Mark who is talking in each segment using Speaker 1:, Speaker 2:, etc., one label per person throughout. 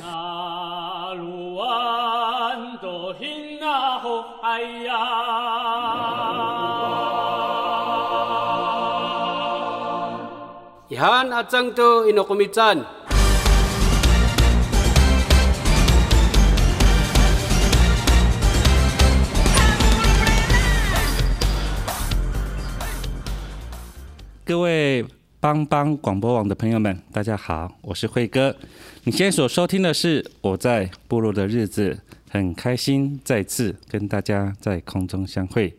Speaker 1: 那鲁安多hin 那吼哎呀。
Speaker 2: Ihan atsang tu inokumitsan.
Speaker 3: 各位帮帮广播网的朋友们，大家好，我是慧哥。你现在所收听的是《我在部落的日子》，很开心再次跟大家在空中相会。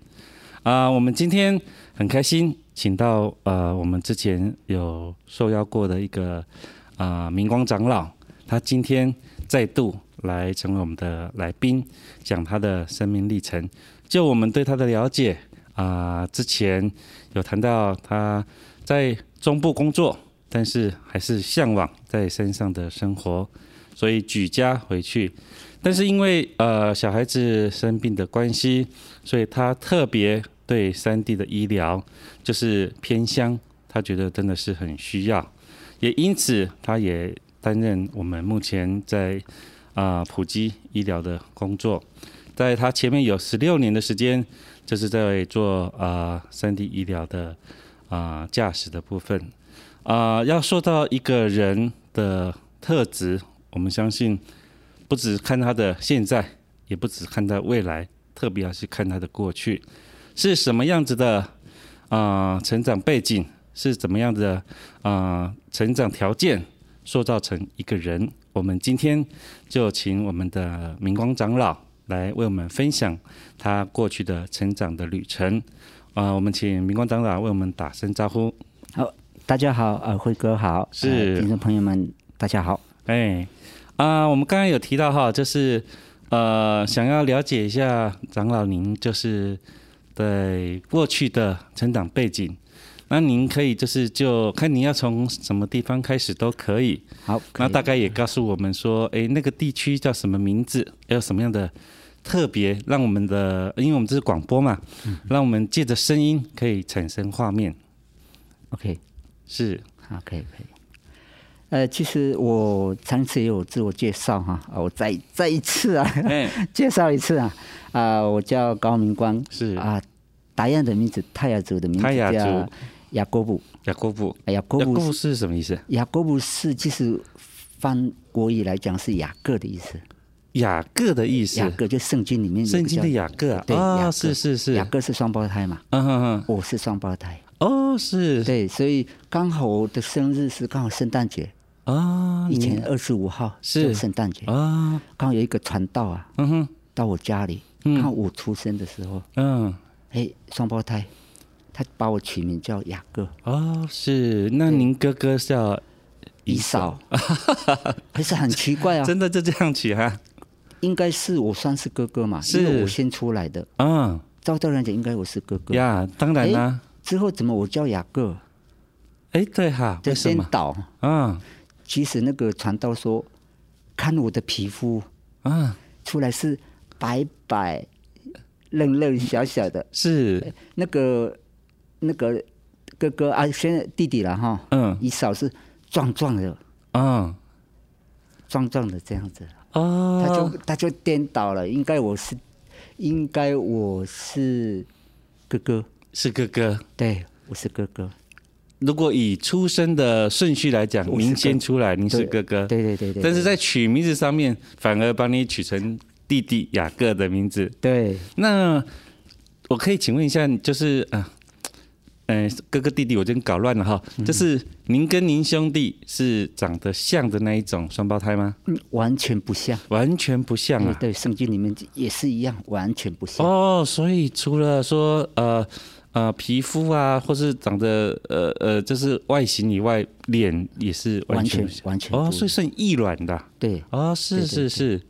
Speaker 3: 啊、我们今天很开心，请到呃我们之前有受邀过的一个啊、明光长老，他今天再度来成为我们的来宾，讲他的生命历程。就我们对他的了解啊、之前有谈到他在中部工作，但是还是向往在山上的生活，所以举家回去。但是因为呃小孩子生病的关系，所以他特别对山地的医疗，就是偏乡，他觉得真的是很需要，也因此他也担任我们目前在啊、普及医疗的工作。在他前面有十六年的时间，就是在做啊三 D 医疗的啊、驾驶的部分啊、要说到一个人的特质，我们相信不只看他的现在，也不只看他未来，特别要去看他的过去是什么样子的啊、成长背景，是怎么样的啊、成长条件，塑造成一个人。我们今天就请我们的明光长老来为我们分享他过去的成长的旅程。啊、我们请明光长老为我们打声招呼。
Speaker 4: 大家好，呃，辉哥好，
Speaker 3: 是
Speaker 4: 呃听众朋友们大家好，
Speaker 3: 哎，啊、我们刚刚有提到哈，就是呃，想要了解一下长老您就是对过去的成长背景，那您可以就是就看您要从什么地方开始都可以，
Speaker 4: 好，
Speaker 3: 那
Speaker 4: 可以
Speaker 3: 大概也告诉我们说，哎，那个地区叫什么名字，还有什么样的特别，让我们的，因为我们这是广播嘛，
Speaker 4: 嗯
Speaker 3: 让我们借着声音可以产生画面，
Speaker 4: OK，
Speaker 3: 是
Speaker 4: 好，可以可以。呃，其实我上次也有自我介绍哈、啊，我再再一次啊，
Speaker 3: 哎
Speaker 4: 介绍一次啊，啊、我叫高明光，
Speaker 3: 是
Speaker 4: 啊，达样的名字，泰雅族的名字
Speaker 3: 泰雅族
Speaker 4: 叫雅各布，啊
Speaker 3: 雅各布，
Speaker 4: 雅各
Speaker 3: 雅各
Speaker 4: 布
Speaker 3: 布是什么意思？
Speaker 4: 雅各布是其实翻国语来讲是雅各的意思，
Speaker 3: 雅各的意思，
Speaker 4: 雅各就圣经里面有
Speaker 3: 圣
Speaker 4: 个
Speaker 3: 经
Speaker 4: 叫
Speaker 3: 的雅各啊，
Speaker 4: 对，雅
Speaker 3: 啊
Speaker 4: 各
Speaker 3: 是是是，
Speaker 4: 雅各是双胞胎嘛，
Speaker 3: 嗯哼哼，
Speaker 4: 我是双胞胎，
Speaker 3: 哦是，
Speaker 4: 对，所以刚好我的生日是刚好圣诞节，
Speaker 3: 啊，
Speaker 4: 以
Speaker 3: 你
Speaker 4: 前二十五号
Speaker 3: 是
Speaker 4: 就圣诞节，
Speaker 3: 啊，
Speaker 4: 刚好有一个传道啊
Speaker 3: 嗯哼，
Speaker 4: 到我家里，刚好我出生的时候，
Speaker 3: 嗯，
Speaker 4: 哎，双胞胎，他把我取名叫雅各，
Speaker 3: 哦是，那您哥哥叫
Speaker 4: 以扫， 可是很奇怪啊，
Speaker 3: 真的就这样取哈，
Speaker 4: 应该是我算是哥哥嘛，
Speaker 3: 是
Speaker 4: 因为我先出来的，
Speaker 3: 嗯
Speaker 4: 照道理来讲应该我是哥哥，
Speaker 3: 呀，当然啊啦
Speaker 4: 哎，之后怎么我叫雅各？
Speaker 3: 哎对哈，
Speaker 4: 这
Speaker 3: 为什
Speaker 4: 先
Speaker 3: 么？
Speaker 4: 倒，
Speaker 3: 啊
Speaker 4: 其实那个传道说，看我的皮肤。
Speaker 3: 啊
Speaker 4: 出来是白白、嫩嫩、小小的。
Speaker 3: 是，
Speaker 4: 那个、那个哥哥啊，现在弟弟了哈，
Speaker 3: 嗯
Speaker 4: 一嫂是壮壮的、
Speaker 3: 啊
Speaker 4: 壮壮的这样子，他就、
Speaker 3: 哦，
Speaker 4: 他就颠倒了。应该我是，应该我是哥哥，
Speaker 3: 是哥哥。
Speaker 4: 对，我是哥哥，
Speaker 3: 如果以出生的顺序来讲，
Speaker 4: 我是
Speaker 3: 您先
Speaker 4: 哥
Speaker 3: 出来，您是
Speaker 4: 对
Speaker 3: 哥哥，
Speaker 4: 对对对对。
Speaker 3: 但是在取名字上面反而把你取成弟弟雅各的名字，
Speaker 4: 对
Speaker 3: 那我可以请问一下，就是啊，呃，哥哥弟弟，我真搞乱了哈。
Speaker 4: 嗯
Speaker 3: 就是您跟您兄弟是长得像的那一种双胞胎吗？
Speaker 4: 嗯完全不像，
Speaker 3: 完全不像
Speaker 4: 嗯对
Speaker 3: 啊。
Speaker 4: 对，圣经里面也是一样，完全不像。
Speaker 3: 哦，所以除了说呃呃皮肤啊，或是长得呃呃就是外形以外，脸也是完全
Speaker 4: 完全完全不一
Speaker 3: 哦，
Speaker 4: 样
Speaker 3: 所以是很易软的啊、
Speaker 4: 对，
Speaker 3: 哦，是
Speaker 4: 对对
Speaker 3: 是是，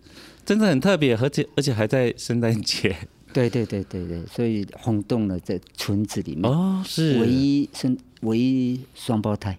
Speaker 3: 真的很特别，而且而且还在圣诞节，
Speaker 4: 对对对对对，所以轰动了这村子里面，
Speaker 3: 哦，是
Speaker 4: 唯一生唯一双胞胎，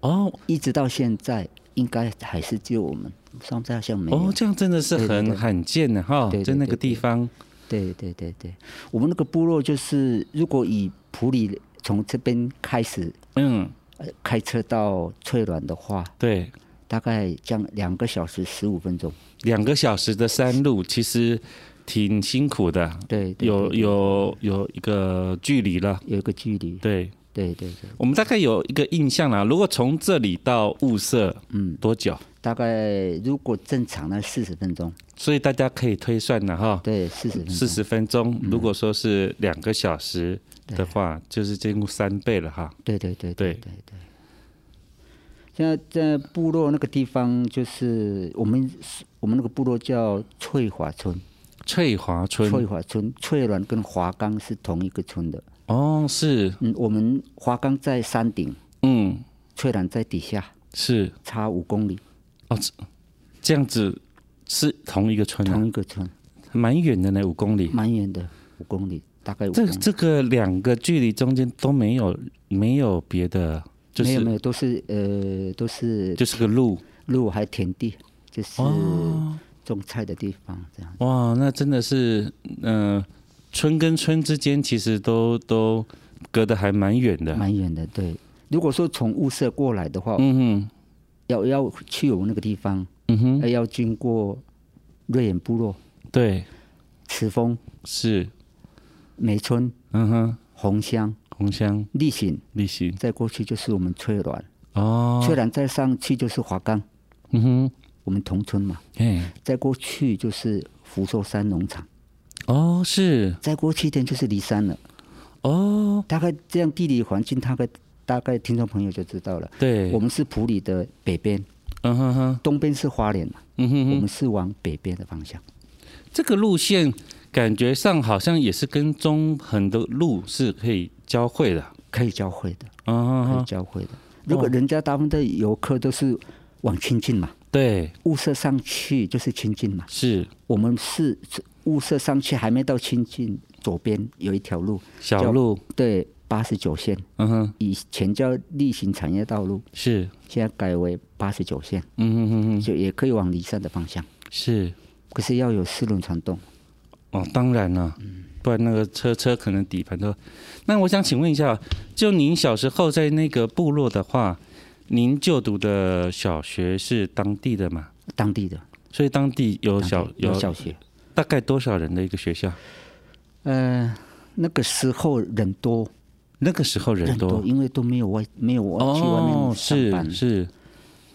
Speaker 3: 哦
Speaker 4: 一直到现在应该还是只有我们双胞胎好像没有。
Speaker 3: 哦，这样真的是
Speaker 4: 对对
Speaker 3: 很
Speaker 4: 对
Speaker 3: 罕见的哈，
Speaker 4: 对对
Speaker 3: 在那
Speaker 4: 对
Speaker 3: 个地
Speaker 4: 对
Speaker 3: 方
Speaker 4: 对对对对，我们那个部落就是，如果以普里从这边开始、
Speaker 3: 嗯，
Speaker 4: 呃、开车到翠峦的话，
Speaker 3: 对，
Speaker 4: 大概将两个小时十五分钟。
Speaker 3: 两个小时的山路其实挺辛苦的，
Speaker 4: 对对
Speaker 3: 有
Speaker 4: 对
Speaker 3: 有有一个距离了。
Speaker 4: 有一个距离。
Speaker 3: 对
Speaker 4: 对对对，
Speaker 3: 我们大概有一个印象啦。如果从这里到雾社，嗯，多久？
Speaker 4: 大概如果正常呢四十分钟，
Speaker 3: 所以大家可以推算了哈，
Speaker 4: 对，嗯四十分钟。
Speaker 3: 四十分钟。如果说是两个小时的话，就是近乎三倍了哈。
Speaker 4: 对对对
Speaker 3: 对
Speaker 4: 对对对。现在在部落那个地方，就是我们我们那个部落叫翠华村，
Speaker 3: 翠华
Speaker 4: 翠
Speaker 3: 村
Speaker 4: 华村翠峦跟华冈是同一个村的。
Speaker 3: 哦，是，
Speaker 4: 嗯，我们华冈在山顶，
Speaker 3: 嗯，
Speaker 4: 翠峦在底下，
Speaker 3: 是
Speaker 4: 差五公里，
Speaker 3: 哦，这这样子是同一个村啊
Speaker 4: 同，一个村，
Speaker 3: 蛮远的呢，五公里。
Speaker 4: 蛮远的，五公里，大概五公
Speaker 3: 这
Speaker 4: 里。
Speaker 3: 这个两个距离中间都没有没有别的，就
Speaker 4: 没
Speaker 3: 是
Speaker 4: 有没有，都是呃都是
Speaker 3: 就是个路
Speaker 4: 路还田地，就是
Speaker 3: 哦
Speaker 4: 种菜的地方这样。
Speaker 3: 哇，那真的是嗯、呃村跟村之间其实都都隔得还蛮远的。
Speaker 4: 蛮远的，对。如果说从雾社过来的话，
Speaker 3: 嗯
Speaker 4: 要要去我们那个地方，
Speaker 3: 哼，嗯哼，
Speaker 4: 呃要经过瑞眼部落、
Speaker 3: 对，
Speaker 4: 慈峰、
Speaker 3: 是，
Speaker 4: 梅村、
Speaker 3: 嗯哼，
Speaker 4: 红乡、
Speaker 3: 红香
Speaker 4: 立行，
Speaker 3: 立行
Speaker 4: 再过去就是我们翠峦，
Speaker 3: 哦，
Speaker 4: 翠峦再上去就是华冈，
Speaker 3: 嗯哼，
Speaker 4: 我们同村嘛。
Speaker 3: 哎，
Speaker 4: 再过去就是福寿山农场，
Speaker 3: 哦是，
Speaker 4: 再过去一点就是骊山了。
Speaker 3: 哦
Speaker 4: 大概这样地理环境，大概大概听众朋友就知道了。
Speaker 3: 对，
Speaker 4: 我们是普里的北边，
Speaker 3: 嗯哼哼，
Speaker 4: 东边是花莲嘛，
Speaker 3: 嗯哼
Speaker 4: 我
Speaker 3: 哼，
Speaker 4: 们是往北边的方向。
Speaker 3: 这个路线感觉上好像也是跟中横的路是可以交汇的。
Speaker 4: 可以教会的，
Speaker 3: 嗯哼
Speaker 4: 可以
Speaker 3: 哼，
Speaker 4: 教会的。如果人家大部分的游客都是往清境嘛，
Speaker 3: 对，
Speaker 4: 雾社上去就是清境嘛。
Speaker 3: 是
Speaker 4: 我们是是雾社上去还没到清境，左边有一条路，
Speaker 3: 小
Speaker 4: 叫
Speaker 3: 路，
Speaker 4: 对，八十九线，
Speaker 3: 嗯哼，
Speaker 4: 以前叫例行产业道路，
Speaker 3: 是，
Speaker 4: 现在改为八十九线，
Speaker 3: 嗯哼哼哼，
Speaker 4: 就也可以往离山的方向。
Speaker 3: 是，
Speaker 4: 可是要有四轮传动，
Speaker 3: 哦，当然了、
Speaker 4: 嗯
Speaker 3: 不然那个车车可能底盘都。那我想请问一下，就您小时候在那个部落的话，您就读的小学是当地的嘛？
Speaker 4: 当地的
Speaker 3: 所以当地有
Speaker 4: 当地
Speaker 3: 小
Speaker 4: 有小学，
Speaker 3: 大概多少人的一个学校？
Speaker 4: 呃，那个时候人多，
Speaker 3: 那个时候人
Speaker 4: 人
Speaker 3: 多
Speaker 4: 多，因为都没有外没有外去外
Speaker 3: 哦
Speaker 4: 面，上班
Speaker 3: 是，是，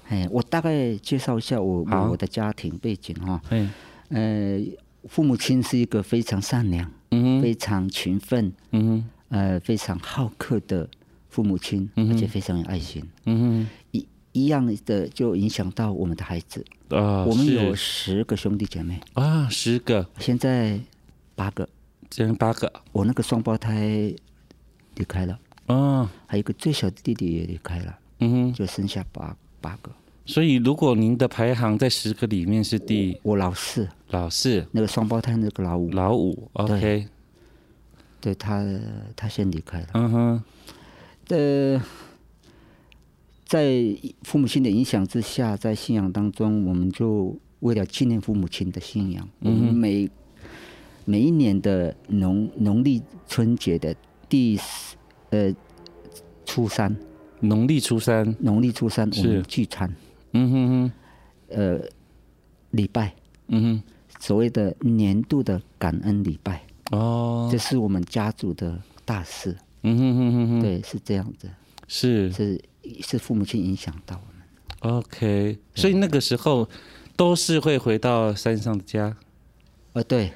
Speaker 4: 哎，我大概介绍一下我
Speaker 3: 好
Speaker 4: 我我的家庭背景哈、
Speaker 3: 哎，
Speaker 4: 呃，父母亲是一个非常善良、
Speaker 3: 嗯哼，
Speaker 4: 非常勤奋、
Speaker 3: 嗯哼，
Speaker 4: 呃非常好客的父母亲，而且非常有爱心。
Speaker 3: 嗯
Speaker 4: 一一样的就影响到我们的孩子。
Speaker 3: 哼，啊，
Speaker 4: 我们
Speaker 3: 是
Speaker 4: 有十个兄弟姐妹，
Speaker 3: 啊，十个，
Speaker 4: 现在八个。
Speaker 3: 这样八个，
Speaker 4: 我那个双胞胎离开了，
Speaker 3: 啊，
Speaker 4: 还有一个最小的弟弟也离开了，
Speaker 3: 嗯哼。
Speaker 4: 就剩下八八个。
Speaker 3: 所以，如果您的排行在十个里面是第
Speaker 4: 我老四，
Speaker 3: 老四、
Speaker 4: 那个双胞胎那个老五，
Speaker 3: 老五，OK，
Speaker 4: 对他他先离开了。
Speaker 3: 嗯哼，
Speaker 4: 呃，在父母亲的影响之下，在信仰当中，我们就为了纪念父母亲的信仰，我们每每一年的农农历春节的第四呃初三，
Speaker 3: 农历初三，
Speaker 4: 农历初三
Speaker 3: 是
Speaker 4: 我们聚餐，
Speaker 3: 嗯哼哼，
Speaker 4: 呃，礼拜，
Speaker 3: 嗯
Speaker 4: 所谓的年度的感恩礼拜，
Speaker 3: 哼，哦
Speaker 4: 这，是我们家族的大事，
Speaker 3: 嗯哼哼哼哼，
Speaker 4: 对，是这样子，
Speaker 3: 是
Speaker 4: 是是父母亲影响到我们，
Speaker 3: OK，所
Speaker 4: 嗯
Speaker 3: 以那个时候都是会回到山上的家，
Speaker 4: 呃，对。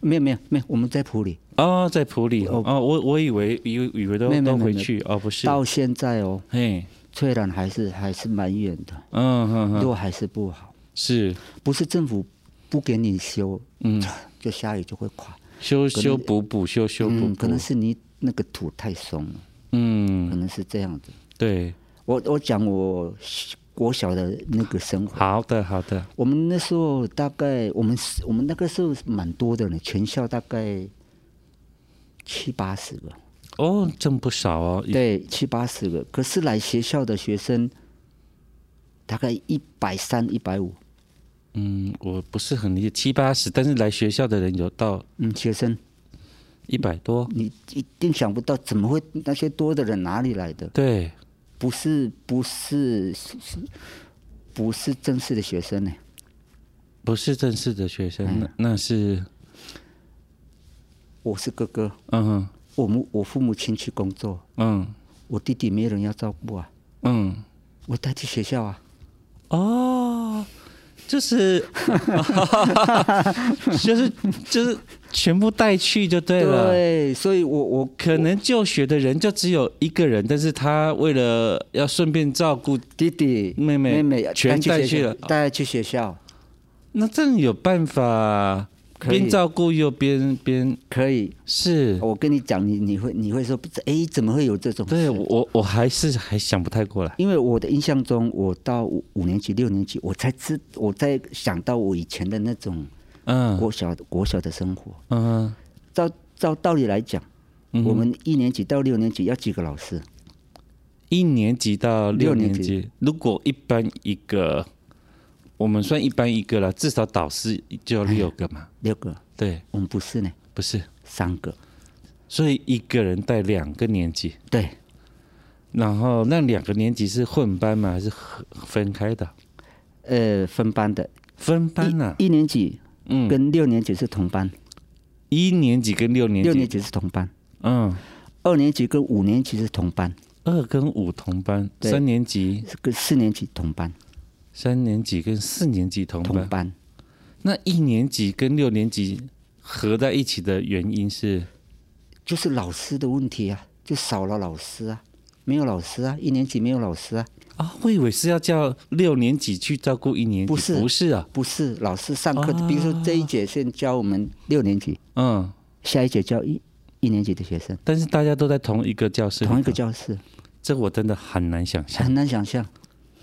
Speaker 4: 没有没有没有，我们在普里，
Speaker 3: 哦，在普里，
Speaker 4: 嗯哦
Speaker 3: 哦，我我以为以为以为都
Speaker 4: 没有没有
Speaker 3: 都
Speaker 4: 没有
Speaker 3: 回去，哦，不是，
Speaker 4: 到现在哦，
Speaker 3: 嘿，
Speaker 4: 虽然还是还是蛮远的，
Speaker 3: 嗯哼哼，
Speaker 4: 路还是不好，
Speaker 3: 是
Speaker 4: 不是政府不给你修，
Speaker 3: 嗯，
Speaker 4: 就下雨就会垮，
Speaker 3: 修修补补，修修补
Speaker 4: 嗯，可
Speaker 3: 补，
Speaker 4: 能是你那个土太松了，可
Speaker 3: 嗯，
Speaker 4: 能是这样子。
Speaker 3: 对，
Speaker 4: 我我讲我小国小的那个生活。
Speaker 3: 好的，好的，
Speaker 4: 我们那时候大概，我们是我们那个时候是蛮多的呢，全校大概七八十个，
Speaker 3: 哦，真不少哦，
Speaker 4: 对，七八十个。可是来学校的学生大概一百三、一百五，
Speaker 3: 嗯，我不是很理解七八十，但是来学校的人有到
Speaker 4: 嗯，学生
Speaker 3: 一百多，
Speaker 4: 你一定想不到，怎么会那些多的人哪里来的？
Speaker 3: 对，
Speaker 4: 不是不是是是不是正式的学生呢？
Speaker 3: 不是正式的学
Speaker 4: 嗯
Speaker 3: 生，那那是，
Speaker 4: 我是哥哥，
Speaker 3: 嗯
Speaker 4: 我母我父母亲去工作，
Speaker 3: 嗯
Speaker 4: 我弟弟没人要照顾啊，
Speaker 3: 嗯，
Speaker 4: 我带去学校啊。
Speaker 3: 哦，就是， 就是就是全部带去就对了。
Speaker 4: 对，所以我我
Speaker 3: 可能就学的人就只有一个人，但是他为了要顺便照顾，
Speaker 4: 弟弟
Speaker 3: 妹妹
Speaker 4: 妹妹
Speaker 3: 全带
Speaker 4: 学
Speaker 3: 去
Speaker 4: 校
Speaker 3: 了
Speaker 4: 带她去学校
Speaker 3: 那这样有办法
Speaker 4: 可以
Speaker 3: 边照顾又边边
Speaker 4: 可以。
Speaker 3: 是。
Speaker 4: 我跟你讲，你你会你会说，哎，怎么会有这种事？
Speaker 3: 对我我我还是还想不太过来。
Speaker 4: 因为我的印象中，我到五五年级、六年级，我才知我在想到我以前的那种
Speaker 3: 嗯
Speaker 4: 国小、国小的生活。
Speaker 3: 嗯
Speaker 4: 照照道理来讲，
Speaker 3: 嗯，
Speaker 4: 我们一年级到六年级要几个老师？
Speaker 3: 一年级到六
Speaker 4: 六
Speaker 3: 年
Speaker 4: 年
Speaker 3: 级，
Speaker 4: 级
Speaker 3: 如果一般一个，我们算一般一个了，至少导师就要六个嘛。
Speaker 4: 六个，
Speaker 3: 对，
Speaker 4: 我们不是呢，
Speaker 3: 不是，
Speaker 4: 三个。
Speaker 3: 所以一个人带两个年级，
Speaker 4: 对，
Speaker 3: 然后那两个年级是混班嘛，还是合分开的？
Speaker 4: 呃，分班的，
Speaker 3: 分班啊，
Speaker 4: 一一年级
Speaker 3: 嗯，
Speaker 4: 跟六年级是同班，
Speaker 3: 一年级跟六年级，
Speaker 4: 六年级是同班，
Speaker 3: 嗯，
Speaker 4: 二年级跟五年级是同班，
Speaker 3: 二跟五同班，
Speaker 4: 对
Speaker 3: 三年级
Speaker 4: 跟四年级同班，
Speaker 3: 三年级跟四年级同班，
Speaker 4: 同班。
Speaker 3: 那一年级跟六年级合在一起的原因是，
Speaker 4: 就是老师的问题啊，就少了老师啊，没有老师啊，一年级没有老师啊，
Speaker 3: 啊，我以为是要叫六年级去照顾一年级，
Speaker 4: 不是
Speaker 3: 不是啊，
Speaker 4: 不是老师上课，比如说这一节先教我们六年级，
Speaker 3: 嗯，
Speaker 4: 下一节教一一年级的学生，
Speaker 3: 但是大家都在同一个教室，
Speaker 4: 同一个，教室，
Speaker 3: 这我真的很难想象。
Speaker 4: 很难想象。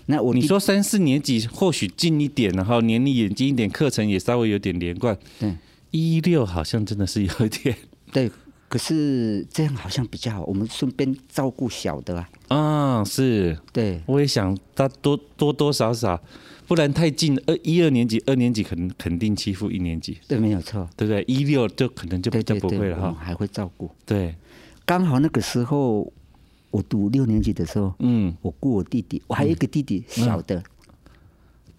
Speaker 4: 那我
Speaker 3: 你
Speaker 4: 弟
Speaker 3: 说三四年级或许近一点，然后年龄也近一点，课程也稍微有点连贯。
Speaker 4: 对
Speaker 3: 一六好像真的是有一点
Speaker 4: 对，可是这样好像比较好，我们顺便照顾小的啊，
Speaker 3: 啊、是，
Speaker 4: 对
Speaker 3: 我也想他多多多少少，不然太近了二一二年级，二年级肯肯定欺负一年级，
Speaker 4: 对，没有错，
Speaker 3: 对不对？一六就可能就比
Speaker 4: 对
Speaker 3: 较
Speaker 4: 对
Speaker 3: 不
Speaker 4: 对，
Speaker 3: 会了
Speaker 4: 我们
Speaker 3: 哈。
Speaker 4: 还会照顾。
Speaker 3: 对，
Speaker 4: 刚好那个时候我读六年级的时候，
Speaker 3: 嗯，
Speaker 4: 我顾我弟弟，我还有一个弟弟小的，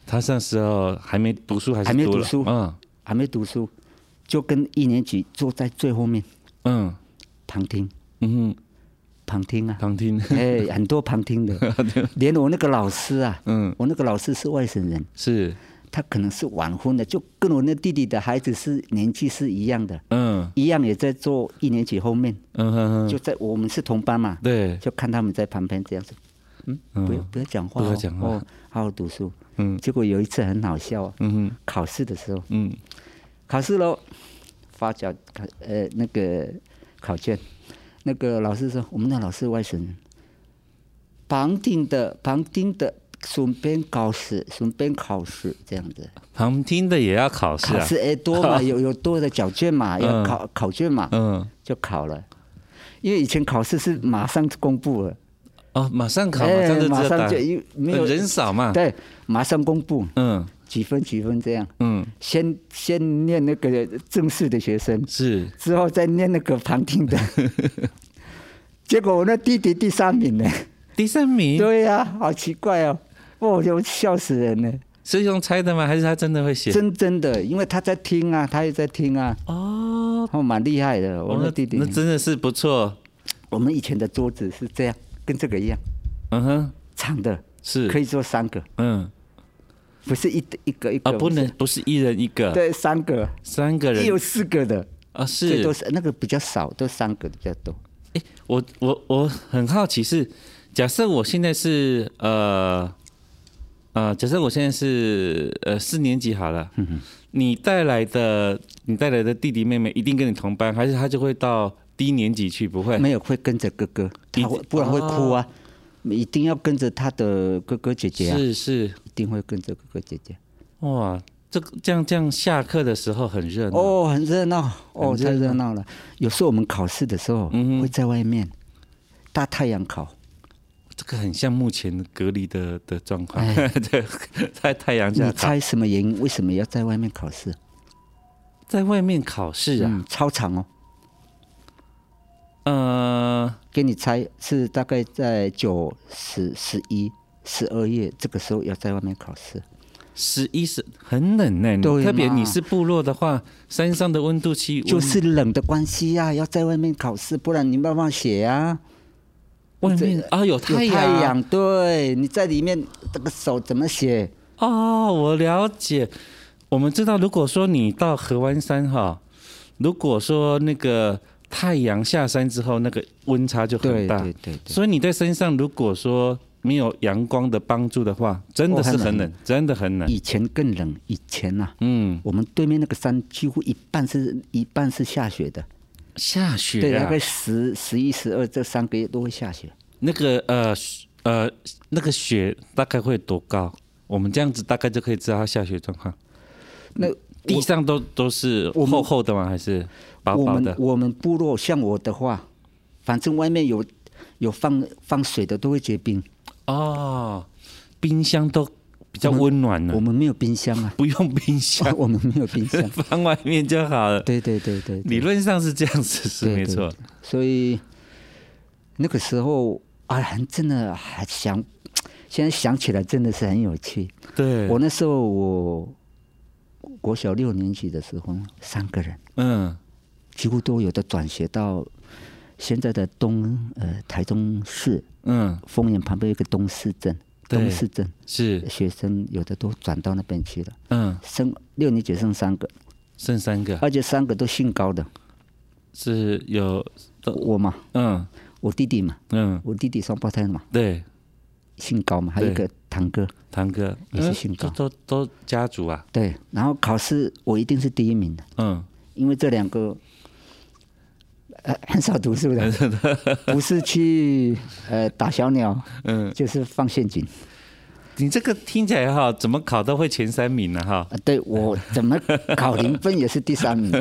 Speaker 3: 他那时候还没读书，还是
Speaker 4: 还没
Speaker 3: 读
Speaker 4: 读
Speaker 3: 了
Speaker 4: 书
Speaker 3: 嗯
Speaker 4: 还没读书，就跟一年级坐在最后面
Speaker 3: 嗯
Speaker 4: 旁听，
Speaker 3: 嗯
Speaker 4: 旁听啊
Speaker 3: 哼，，旁 听，
Speaker 4: 哎，很多旁 听的，连我那个老师啊，
Speaker 3: 嗯，
Speaker 4: 我那个老师是外省人，
Speaker 3: 是，
Speaker 4: 他可能是晚婚的，就跟我那弟弟的孩子是年纪是一样的，
Speaker 3: 嗯
Speaker 4: 一样也在坐一年级后面，
Speaker 3: 嗯哼
Speaker 4: 就
Speaker 3: 哼，
Speaker 4: 在我们是同班嘛，
Speaker 3: 对，
Speaker 4: 就看他们在旁边这样子，嗯，
Speaker 3: 嗯
Speaker 4: 不要不要讲话、哦，
Speaker 3: 不要讲话
Speaker 4: 哦，好好读书。
Speaker 3: 嗯
Speaker 4: 结果有一次很好笑啊，
Speaker 3: 嗯哼
Speaker 4: 考试的时候，
Speaker 3: 嗯
Speaker 4: 考试喽，发奖考呃那个考卷，那个老师说我们那老师外省人，旁听的旁听的顺便考试顺便考试这样子，
Speaker 3: 旁听的也要考试
Speaker 4: 考
Speaker 3: 啊
Speaker 4: 试，哎多 嘛有有多的缴卷嘛，要
Speaker 3: 嗯
Speaker 4: 考考卷嘛，
Speaker 3: 嗯，
Speaker 4: 就考了。因为以前考试是马上公布了，
Speaker 3: 哦，马上考，马
Speaker 4: 哎
Speaker 3: 上就知
Speaker 4: 马
Speaker 3: 道答
Speaker 4: 上
Speaker 3: 案
Speaker 4: 就，因为没有
Speaker 3: 人少嘛，，
Speaker 4: 对，马上公布
Speaker 3: 嗯
Speaker 4: 几分几分这样，
Speaker 3: 嗯，
Speaker 4: 先先念那个正式的学生，
Speaker 3: 是，
Speaker 4: 之后再念那个旁听的。 结果我那弟弟第三名呢？
Speaker 3: 第三名，
Speaker 4: 对呀、好奇怪哦，哦我就笑死人了。
Speaker 3: 是用猜的吗？还是他真的会写？
Speaker 4: 真真的，因为他在听啊，他也在听啊，
Speaker 3: 哦，
Speaker 4: 哦，蛮厉害的。我
Speaker 3: 哦
Speaker 4: 那弟弟
Speaker 3: 那，真的是不错，
Speaker 4: 我们以前的桌子是这样，跟这个一样，
Speaker 3: 嗯哼，
Speaker 4: 长的，
Speaker 3: 是
Speaker 4: 可以，坐三个，
Speaker 3: 嗯
Speaker 4: 不是一一个一个
Speaker 3: 啊，不能，不是一人一个，
Speaker 4: 对，三个，
Speaker 3: 三个
Speaker 4: 也有
Speaker 3: 人
Speaker 4: 四个的，
Speaker 3: 啊，
Speaker 4: 最
Speaker 3: 是
Speaker 4: 多，是那个比较少，都三个比较多。
Speaker 3: 哎，我我我很好奇是，假设我现在是呃呃，假设我现在是呃四年级好了，
Speaker 4: 嗯
Speaker 3: 你带来的你带来的弟弟妹妹一定跟你同班，还是他就会到低年级去？不会，
Speaker 4: 没有会跟着哥哥，他会不然会哭啊。一定要跟着他的哥哥姐姐啊，
Speaker 3: 是是，
Speaker 4: 一定会跟着哥哥姐姐。
Speaker 3: 哇，这个这样这样下课的时候很热闹，
Speaker 4: 哦，很热闹，哦，
Speaker 3: 很热嗯
Speaker 4: 太热闹了。有时候我们考试的时候、会在外面大太阳考，
Speaker 3: 这个很像目前隔离的的状况
Speaker 4: 哎，
Speaker 3: 对，在太阳
Speaker 4: 你
Speaker 3: 下考，
Speaker 4: 猜什么原因？为什么要在外面考试？
Speaker 3: 在外面考试啊，
Speaker 4: 嗯，操场哦，嗯
Speaker 3: 呃，
Speaker 4: 给你猜是大概在九、十、十一、十二月这个时候要在外面考试。
Speaker 3: 十一是很冷呢，
Speaker 4: 对嘛
Speaker 3: 特别你是部落的话，山上的温度其实
Speaker 4: 就是冷的关系呀、要在外面考试，不然你没办法写啊。
Speaker 3: 外面啊有
Speaker 4: 有
Speaker 3: 太
Speaker 4: 太阳，对，你在里面这个手怎么写？
Speaker 3: 哦，我了解。我们知道，如果说你到河湾山哈，如果说那个太阳下山之后，那个温差就很
Speaker 4: 对
Speaker 3: 大，
Speaker 4: 对对对，
Speaker 3: 所以你在身上如果说没有阳光的帮助的话，真的是
Speaker 4: 哦
Speaker 3: 很
Speaker 4: 很
Speaker 3: 冷
Speaker 4: 冷，
Speaker 3: 真的很冷。
Speaker 4: 以前更冷，以前呐、
Speaker 3: 嗯，
Speaker 4: 我们对面那个山几乎一半是一半是下雪的，
Speaker 3: 下
Speaker 4: 对，
Speaker 3: 雪
Speaker 4: 大
Speaker 3: 啊
Speaker 4: 概，十、十一、十二这三个月都会下雪，
Speaker 3: 那个呃呃，那个雪大概会多高？我们这样子大概就可以知道它下雪状况。
Speaker 4: 那
Speaker 3: 地上都都是
Speaker 4: 我们
Speaker 3: 厚厚的吗？还是薄
Speaker 4: 我
Speaker 3: 薄
Speaker 4: 们
Speaker 3: 的？
Speaker 4: 我们部落像我的话，反正外面有有放放水的都会结冰，
Speaker 3: 哦，冰箱都比较温暖了，
Speaker 4: 我，们没有冰箱啊
Speaker 3: 不用冰箱，。
Speaker 4: 我们没有冰箱
Speaker 3: 放外面就好了。
Speaker 4: 对对对对，对
Speaker 3: 理论上是这样子，是
Speaker 4: 对
Speaker 3: 没
Speaker 4: 对
Speaker 3: 错。
Speaker 4: 所以那个时候啊，还真的还想，现在想起来真的是很有趣。
Speaker 3: 对，
Speaker 4: 我那时候我国小六年级的时候，三个人
Speaker 3: 嗯，
Speaker 4: 几乎都有的转学到现在的东呃台中市
Speaker 3: 嗯，
Speaker 4: 丰原旁边有一个东市镇，
Speaker 3: 对
Speaker 4: 东市镇
Speaker 3: 是，
Speaker 4: 学生有的都转到那边去了，
Speaker 3: 嗯，
Speaker 4: 剩六年级剩三个，
Speaker 3: 剩三个
Speaker 4: 而且三个都姓高的，
Speaker 3: 是有，
Speaker 4: 我嘛，
Speaker 3: 嗯
Speaker 4: 我弟弟嘛，
Speaker 3: 嗯，
Speaker 4: 我弟弟双胞胎嘛，
Speaker 3: 对，
Speaker 4: 姓高嘛，还有一
Speaker 3: 对
Speaker 4: 个堂哥。
Speaker 3: 堂哥
Speaker 4: 也是姓
Speaker 3: 这
Speaker 4: 高
Speaker 3: 嗯都都家族啊，
Speaker 4: 对，然后考试我一定是第一名的，
Speaker 3: 嗯，
Speaker 4: 因为这两个、呃、 很少读书的，不是去呃打小鸟，
Speaker 3: 嗯
Speaker 4: 嗯，就是放陷阱
Speaker 3: 你这个听起来哈，怎么考都会前三名呢哈
Speaker 4: 啊、，对我怎么考零分也是第三名，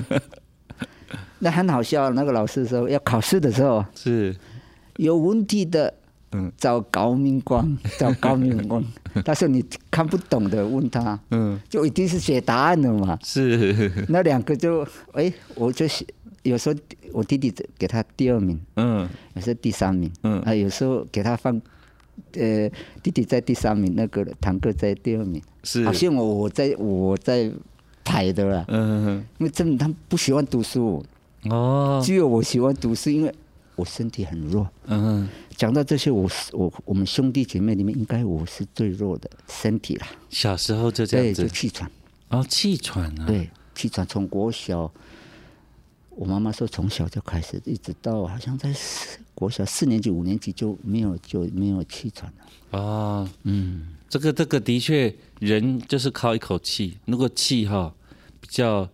Speaker 4: 那很好笑。那个老师说要考试的时候，
Speaker 3: 是，
Speaker 4: 有问题的，
Speaker 3: 嗯
Speaker 4: 嗯，找高明光，找高明光。 他说你看不懂的问他，
Speaker 3: 嗯，
Speaker 4: 就一定是写答案的嘛。
Speaker 3: 是，
Speaker 4: 那两个就哎、我就写，有时候我弟弟给他第二名，
Speaker 3: 嗯，
Speaker 4: 有时候第三名，
Speaker 3: 嗯
Speaker 4: 啊，有时候给他放，呃，弟弟在第三名，那个堂哥在第二名，
Speaker 3: 是
Speaker 4: 好像我我在我在排的啦，
Speaker 3: 嗯，
Speaker 4: 因为真的他们不喜欢读书，
Speaker 3: 哦，
Speaker 4: 只有我喜欢读书，因为我身体很弱。
Speaker 3: 嗯，
Speaker 4: 讲到这些，我是我我们兄弟姐妹里面，应该我是最弱的身体啦，
Speaker 3: 小时候就这
Speaker 4: 对，
Speaker 3: 样
Speaker 4: 就
Speaker 3: 子，
Speaker 4: 气喘，
Speaker 3: 哦，气喘啊，，
Speaker 4: 对，气喘从国小，我妈妈说从小就开始，一直到好像在四国小四年级、五年级就没有就没有气喘了。
Speaker 3: 哦，嗯，这个这个的确，人就是靠一口气，如果气哈比较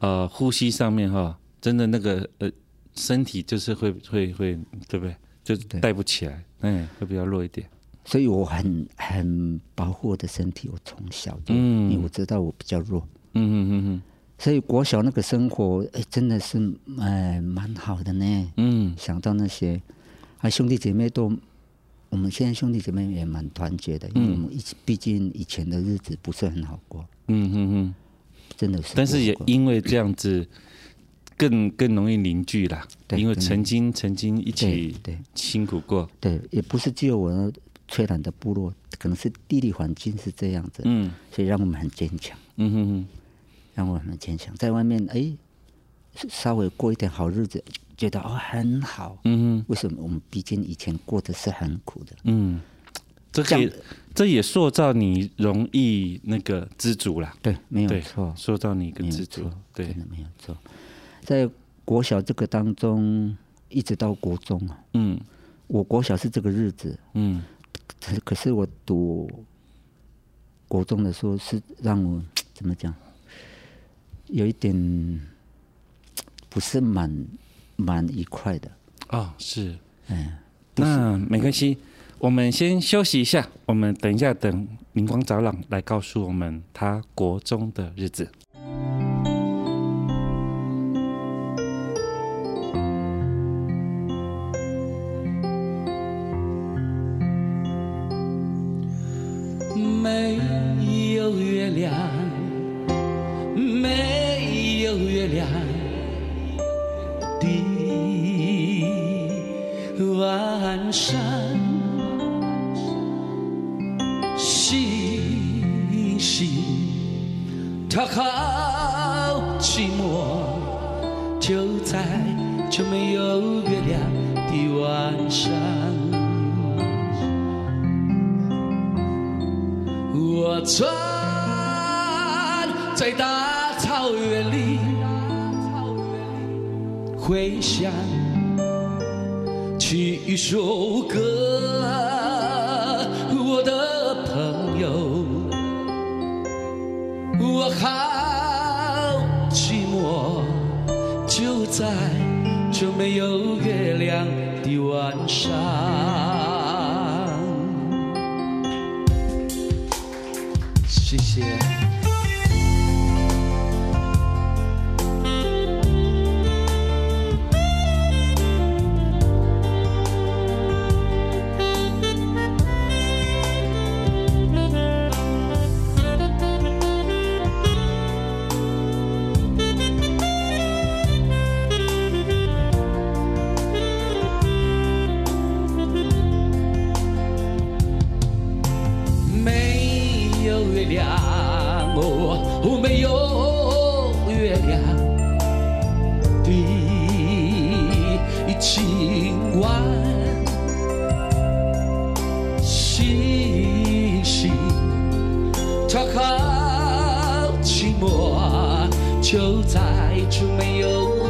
Speaker 3: 呃呼吸上面哈，真的那个呃身体就是会会会对不对？就带不起来，嗯，会比较弱一点。
Speaker 4: 所以我很很保护我的身体，我从小就，
Speaker 3: 嗯
Speaker 4: 因为我知道我比较弱，
Speaker 3: 嗯嗯嗯
Speaker 4: 所以国小那个生活，哎，真的是哎蛮好的呢。
Speaker 3: 嗯
Speaker 4: 想到那些啊兄弟姐妹都，我们现在兄弟姐妹也蛮团结的，因为我们一起，毕竟以前的日子不是很好过，
Speaker 3: 嗯嗯嗯嗯，
Speaker 4: 真的是不好过。
Speaker 3: 但是也因为这样子，更更容易凝聚啦，
Speaker 4: 对
Speaker 3: 因为
Speaker 4: 更
Speaker 3: 曾经曾经一
Speaker 4: 对
Speaker 3: 起
Speaker 4: 对
Speaker 3: 辛苦过，
Speaker 4: 对，也不是只有我那吹染的部落，可能是地理环境是这样子，
Speaker 3: 嗯
Speaker 4: 所以让我们很坚强，
Speaker 3: 嗯嗯嗯，
Speaker 4: 让我们很坚强。在外面哎，稍微过一点好日子，觉得哦很好。
Speaker 3: 嗯
Speaker 4: 为什么我们毕竟以前过得是很苦的？
Speaker 3: 嗯，这
Speaker 4: 这
Speaker 3: 个
Speaker 4: 样
Speaker 3: 也这也塑造你容易那个知足啦。
Speaker 4: 对，没有
Speaker 3: 对，
Speaker 4: 错，
Speaker 3: 说到你跟
Speaker 4: 没有
Speaker 3: 知足
Speaker 4: 错，
Speaker 3: 对
Speaker 4: 真，的没有错。在国小这个当中，一直到国中啊，
Speaker 3: 嗯
Speaker 4: 我国小是这个日子，
Speaker 3: 嗯，
Speaker 4: 可可是我读国中的时候是让我怎么讲，有一点不是蛮蛮愉快的。
Speaker 3: 哦，是，
Speaker 4: 哎，
Speaker 3: 那没关系。我们先休息一下，我们等一下等灵光长朗来告诉我们他国中的日子。
Speaker 5: 没有月亮，没有月亮的晚上，星星它好寂寞，就在这没有月亮的晚上。我穿在大草原里，回想起一首歌，我的朋友，我好寂寞，就在这没有月亮的晚上。谢谢。没有月亮，哦，哦没有月亮的今晚，星星它好寂寞，就在这没有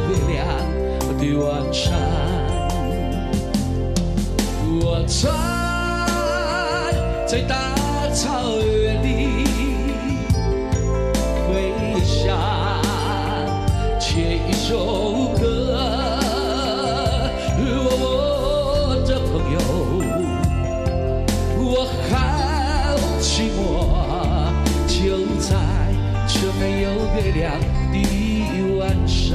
Speaker 5: 月亮的晚上。我站在大草原里，回想前一首歌。我的朋友，我好寂寞，就在这没有月亮的晚上。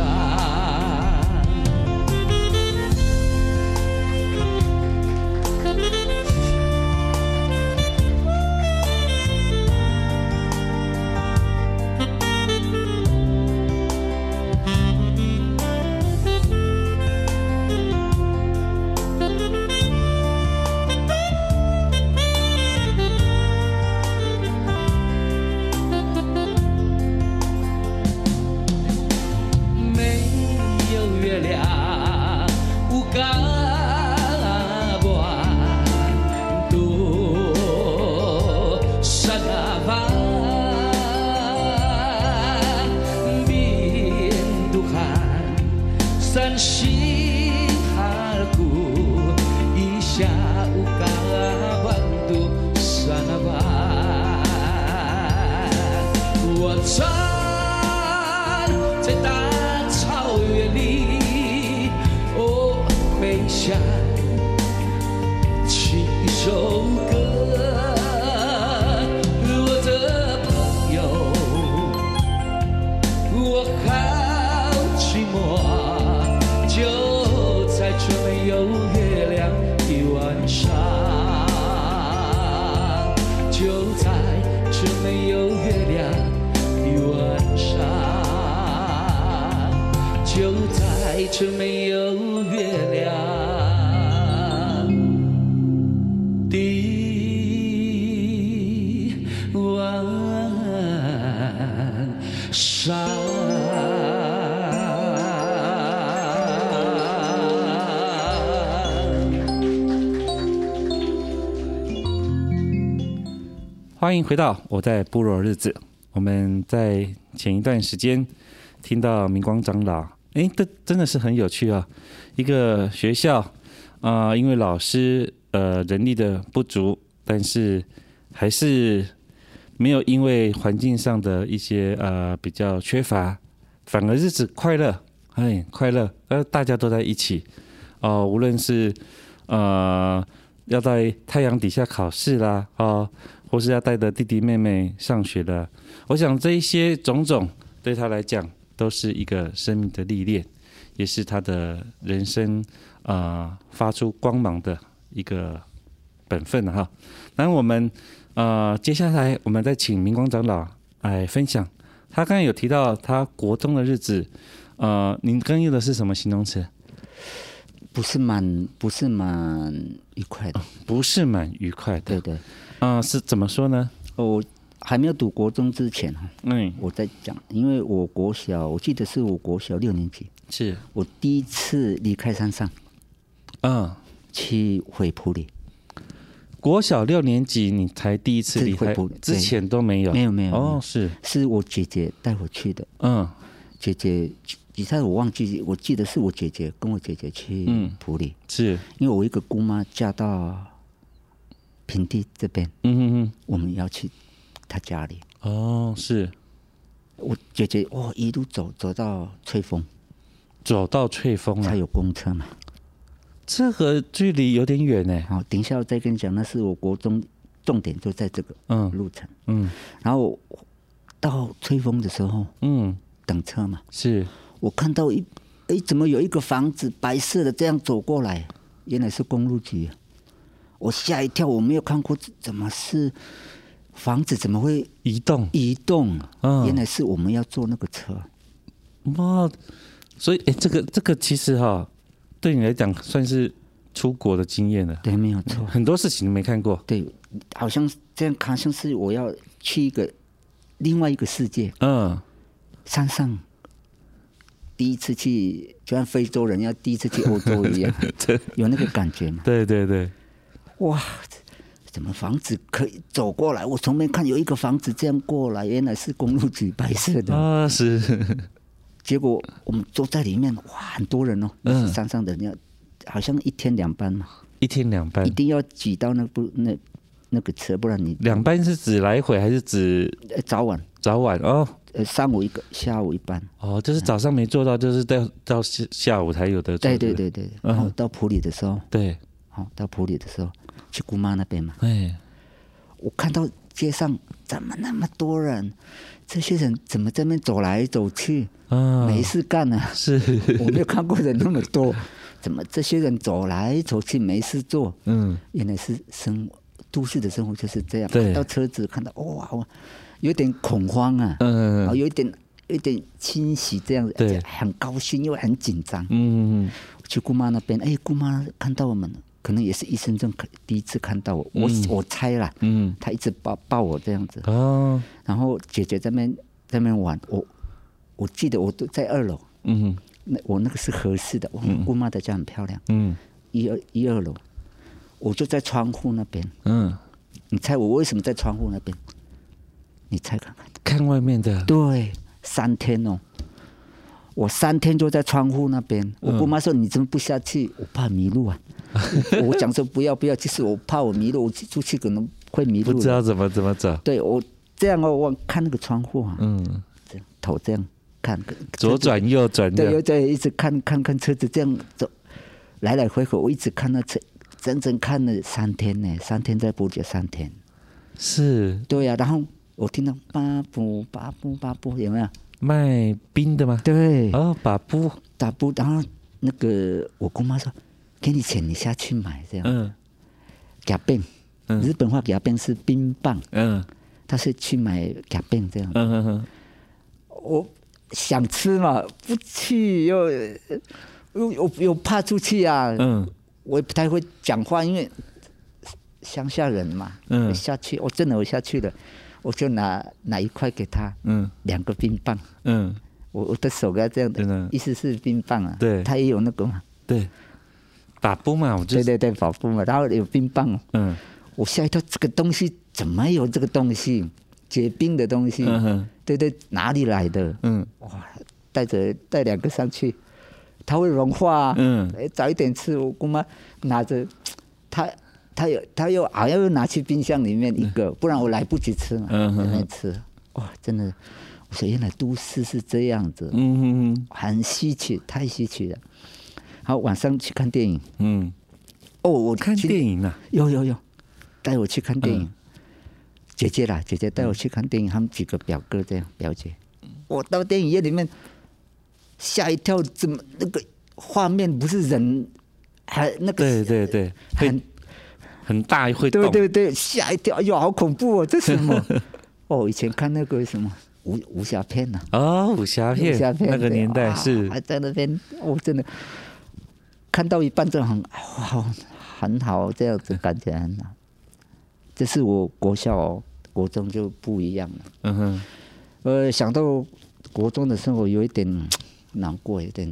Speaker 5: 没有月亮，有加半多山啊吧，面都寒，山西哈古一下有加半多山啊吧，我站在大草原里，哦，回想起一首歌。我的朋友，我好寂寞，就在这没有月亮的晚上，就在这没有月亮的晚上，就在这没有月亮的晚上。
Speaker 3: 欢迎回到我在部落日子。我们在前一段时间听到明光长老，诶，这真的是很有趣啊！一个学校啊、呃因为老师呃人力的不足，但是还是没有因为环境上的一些呃比较缺乏，反而日子快乐，哎，快乐，呃，大家都在一起哦、无论是呃要在太阳底下考试啦，哦，或是要带着弟弟妹妹上学的，我想这一些种种对他来讲都是一个生命的历练，也是他的人生呃发出光芒的一个本分啊哈。那我们呃接下来我们再请明光长老来分享，他刚才有提到他国中的日子，呃，您更用的是什么形容词？
Speaker 4: 不是蛮不是蛮愉快的，
Speaker 3: 不是蛮愉快的
Speaker 4: 对，对。
Speaker 3: 嗯、是怎么说呢？
Speaker 4: 我还没有读国中之前哈，
Speaker 3: 嗯，
Speaker 4: 我在讲，因为我国小，我记得是我国小六年级，
Speaker 3: 是，
Speaker 4: 我第一次离开山上
Speaker 3: 嗯，
Speaker 4: 去回埔里，
Speaker 3: 国小六年级你才第一次
Speaker 4: 是
Speaker 3: 离开
Speaker 4: 会不对，
Speaker 3: 之前都没有，
Speaker 4: 没有没有没
Speaker 3: 哦
Speaker 4: 有，
Speaker 3: 是，
Speaker 4: 是我姐姐带我去的。
Speaker 3: 嗯
Speaker 4: 姐姐，其他我忘记，我记得是我姐姐跟我姐姐去
Speaker 3: 嗯
Speaker 4: 埔里，
Speaker 3: 是，
Speaker 4: 因为我一个姑妈嫁到平地这边，
Speaker 3: 嗯哼
Speaker 4: 我们要去她家里。
Speaker 3: 哼，哦是，
Speaker 4: 我姐姐哦，一路走走到翠峰，
Speaker 3: 走到翠峰
Speaker 4: 才
Speaker 3: 了，
Speaker 4: 有公车嘛。
Speaker 3: 这个距离有点远呢，
Speaker 4: 好，等一下我再跟你讲，那是我国中重点就在这个
Speaker 3: 嗯
Speaker 4: 路程。
Speaker 3: 嗯
Speaker 4: 然后我到翠峰的时候
Speaker 3: 嗯，
Speaker 4: 等车嘛，
Speaker 3: 是，
Speaker 4: 我看到一哎怎么有一个房子白色的这样走过来，原来是公路局、啊，我吓一跳，我没有看过这怎么是房子怎么会
Speaker 3: 移动，
Speaker 4: 移动啊？
Speaker 3: 嗯
Speaker 4: 原来是我们要坐那个车，
Speaker 3: 哇，所以哎、诶这个这个其实哈，对你来讲算是出国的经验了，
Speaker 4: 对，没有错，
Speaker 3: 很多事情你没看过，
Speaker 4: 对，好像是这样，好像是我要去一个另外一个世界，
Speaker 3: 嗯
Speaker 4: 山上第一次去，就像非洲人要第一次去欧洲一 样，有那个感觉嘛。
Speaker 3: 对对对，
Speaker 4: 哇，怎么房子可以走过来？我从没看有一个房子这样过来，原来是公路局白色的。
Speaker 3: 啊是，
Speaker 4: 结果我们坐在里面，哇，很多人哦，
Speaker 3: 嗯
Speaker 4: 山上的人要，好像一天两班嘛，
Speaker 3: 一天两班
Speaker 4: 一，定要挤到那部那那个车，不然你
Speaker 3: 两班是指来回还是指
Speaker 4: 呃早晚
Speaker 3: 早晚哦？
Speaker 4: 呃上午一个，下午一班。
Speaker 3: 哦，就是早上没做到，就是到到下下午才有的做。
Speaker 4: 嗯对对
Speaker 3: 不
Speaker 4: 对对，对
Speaker 3: 嗯
Speaker 4: 然后到普里的时候，
Speaker 3: 对，
Speaker 4: 好、到普里的时候，去姑妈那边嘛，
Speaker 3: 哎，
Speaker 4: 我看到街上怎么那么多人，这些人怎么在那边走来走去，
Speaker 3: 啊，
Speaker 4: 没事干呢、
Speaker 3: 是，
Speaker 4: 我没有看过人那么多，怎么这些人走来走去没事做？
Speaker 3: 嗯，
Speaker 4: 原来是生活，都市的生活就是这样。
Speaker 3: 对
Speaker 4: 看到车子，看到哇，我有点恐慌啊，
Speaker 3: 嗯
Speaker 4: 然后有一点有一点欣喜这样子，
Speaker 3: 对
Speaker 4: 而且很高兴又很紧张。
Speaker 3: 嗯，
Speaker 4: 去姑妈那边，哎，姑妈看到我们了，可能也是一生中可第一次看到我，我、我猜啦，
Speaker 3: 嗯，
Speaker 4: 她一直抱抱我这样子，
Speaker 3: 哦，
Speaker 4: 然后姐姐在那边在那边玩，我我记得我都在二楼。
Speaker 3: 嗯
Speaker 4: 那我那个是合适的，我姑妈的家很漂亮，
Speaker 3: 嗯
Speaker 4: 一二一二楼，我就在窗户那边。
Speaker 3: 嗯，
Speaker 4: 你猜我为什么在窗户那边？你猜看看。
Speaker 3: 看外面的，
Speaker 4: 对，三天哦，我三天就在窗户那
Speaker 3: 嗯
Speaker 4: 边。我姑妈说：“你怎么不下去？我怕迷路啊！”我我讲说：“不要不要，其实我怕我迷路，我出去可能会迷
Speaker 3: 不
Speaker 4: 路
Speaker 3: 知道
Speaker 4: 的。
Speaker 3: 怎么怎么走”。
Speaker 4: 对我这样哦，我看那个窗户啊，
Speaker 3: 嗯，
Speaker 4: 这样头这样看，
Speaker 3: 左转右转
Speaker 4: 对，
Speaker 3: 这
Speaker 4: 又
Speaker 3: 样，
Speaker 4: 在一直看看看车子这样走，来来回回，我一直看那车，整整看了三天呢，三天在补觉三天。
Speaker 3: 是
Speaker 4: 对啊呀、然后我听到巴布巴布巴布有没有？
Speaker 3: 卖冰的吗？
Speaker 4: 对，
Speaker 3: 哦，把布，
Speaker 4: 打布，然后那个我姑妈说，给你钱，你下去买这样。
Speaker 3: 嗯
Speaker 4: 假饼，日本话假饼是冰棒，
Speaker 3: 嗯
Speaker 4: 她是去买假饼这样。
Speaker 3: 嗯嗯嗯，
Speaker 4: 我想吃嘛，不去又又又又怕出去啊。
Speaker 3: 嗯，
Speaker 4: 我也不太会讲话，因为乡下人嘛。
Speaker 3: 嗯
Speaker 4: 下去，我真的我下去了，我就拿拿一块给他，
Speaker 3: 嗯，
Speaker 4: 两个冰棒，
Speaker 3: 嗯，
Speaker 4: 我我的手给啊他这样
Speaker 3: 真的
Speaker 4: 的，意思是冰棒啊。
Speaker 3: 对
Speaker 4: 他也有那个嘛，
Speaker 3: 对，把布嘛，我就
Speaker 4: 对对对，保护嘛，然后有冰棒，哦
Speaker 3: 嗯
Speaker 4: 我吓一跳，这个东西怎么有这个东西？结冰的东西，
Speaker 3: 嗯哼
Speaker 4: 对对，哪里来的？
Speaker 3: 嗯
Speaker 4: 哇，带着带两个上去，它会融化、啊。
Speaker 3: 嗯
Speaker 4: 哎，早一点吃。我姑妈拿着，她她有她又好像又拿去冰箱里面一个，不然我来不及吃嘛，
Speaker 3: 嗯
Speaker 4: 在那吃。哇，真的，我说原来都市是这样子，
Speaker 3: 嗯嗯
Speaker 4: 很稀奇，太稀奇了。好，晚上去看电影，
Speaker 3: 嗯
Speaker 4: 哦，我
Speaker 3: 看
Speaker 4: 今
Speaker 3: 电影啊，
Speaker 4: 有有有，带我去看电
Speaker 3: 嗯
Speaker 4: 影。姐姐啦，姐姐带我去看电影，他们几个表哥这样表姐。
Speaker 3: 嗯
Speaker 4: 我到电影院里面吓一跳，怎么那个画面不是人，还那
Speaker 3: 对
Speaker 4: 个
Speaker 3: 对对，
Speaker 4: 很
Speaker 3: 会很大会
Speaker 4: 对
Speaker 3: 动，
Speaker 4: 对对，吓一跳，哎呦，好恐怖哦，这什 么？哦，以前看那个什么武武侠片啊呐、
Speaker 3: 哦，武侠
Speaker 4: 武
Speaker 3: 片
Speaker 4: 侠片
Speaker 3: 那个
Speaker 4: 对
Speaker 3: 年代
Speaker 4: 啊
Speaker 3: 是
Speaker 4: 还在那边，我、真的看到一半就很哎哇，很好，这样子感觉很好。这是我国校、哦、国中就不一样了。
Speaker 3: 嗯哼，
Speaker 4: 呃，想到国中的生活，有一点难过，有一点，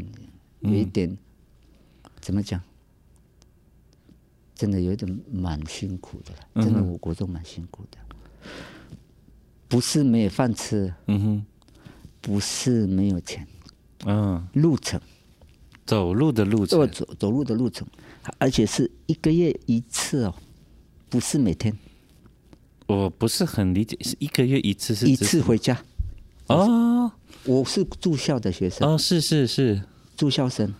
Speaker 3: 嗯
Speaker 4: 有一点，怎么讲？真的有一点蛮辛苦的
Speaker 3: 嗯
Speaker 4: 了，真的，我国中蛮辛苦的，不是没有饭吃，
Speaker 3: 嗯哼，
Speaker 4: 不是没有钱，
Speaker 3: 嗯，
Speaker 4: 路程，
Speaker 3: 走路的路
Speaker 4: 走
Speaker 3: 程，
Speaker 4: 走走路的路程，而且是一个月一次哦，不是每天，
Speaker 3: 我不是很理解，是一个月一次是
Speaker 4: 一
Speaker 3: 指
Speaker 4: 次回家。
Speaker 3: 哦
Speaker 4: 我是住校的学生，
Speaker 3: 哦，是是是，
Speaker 4: 住校生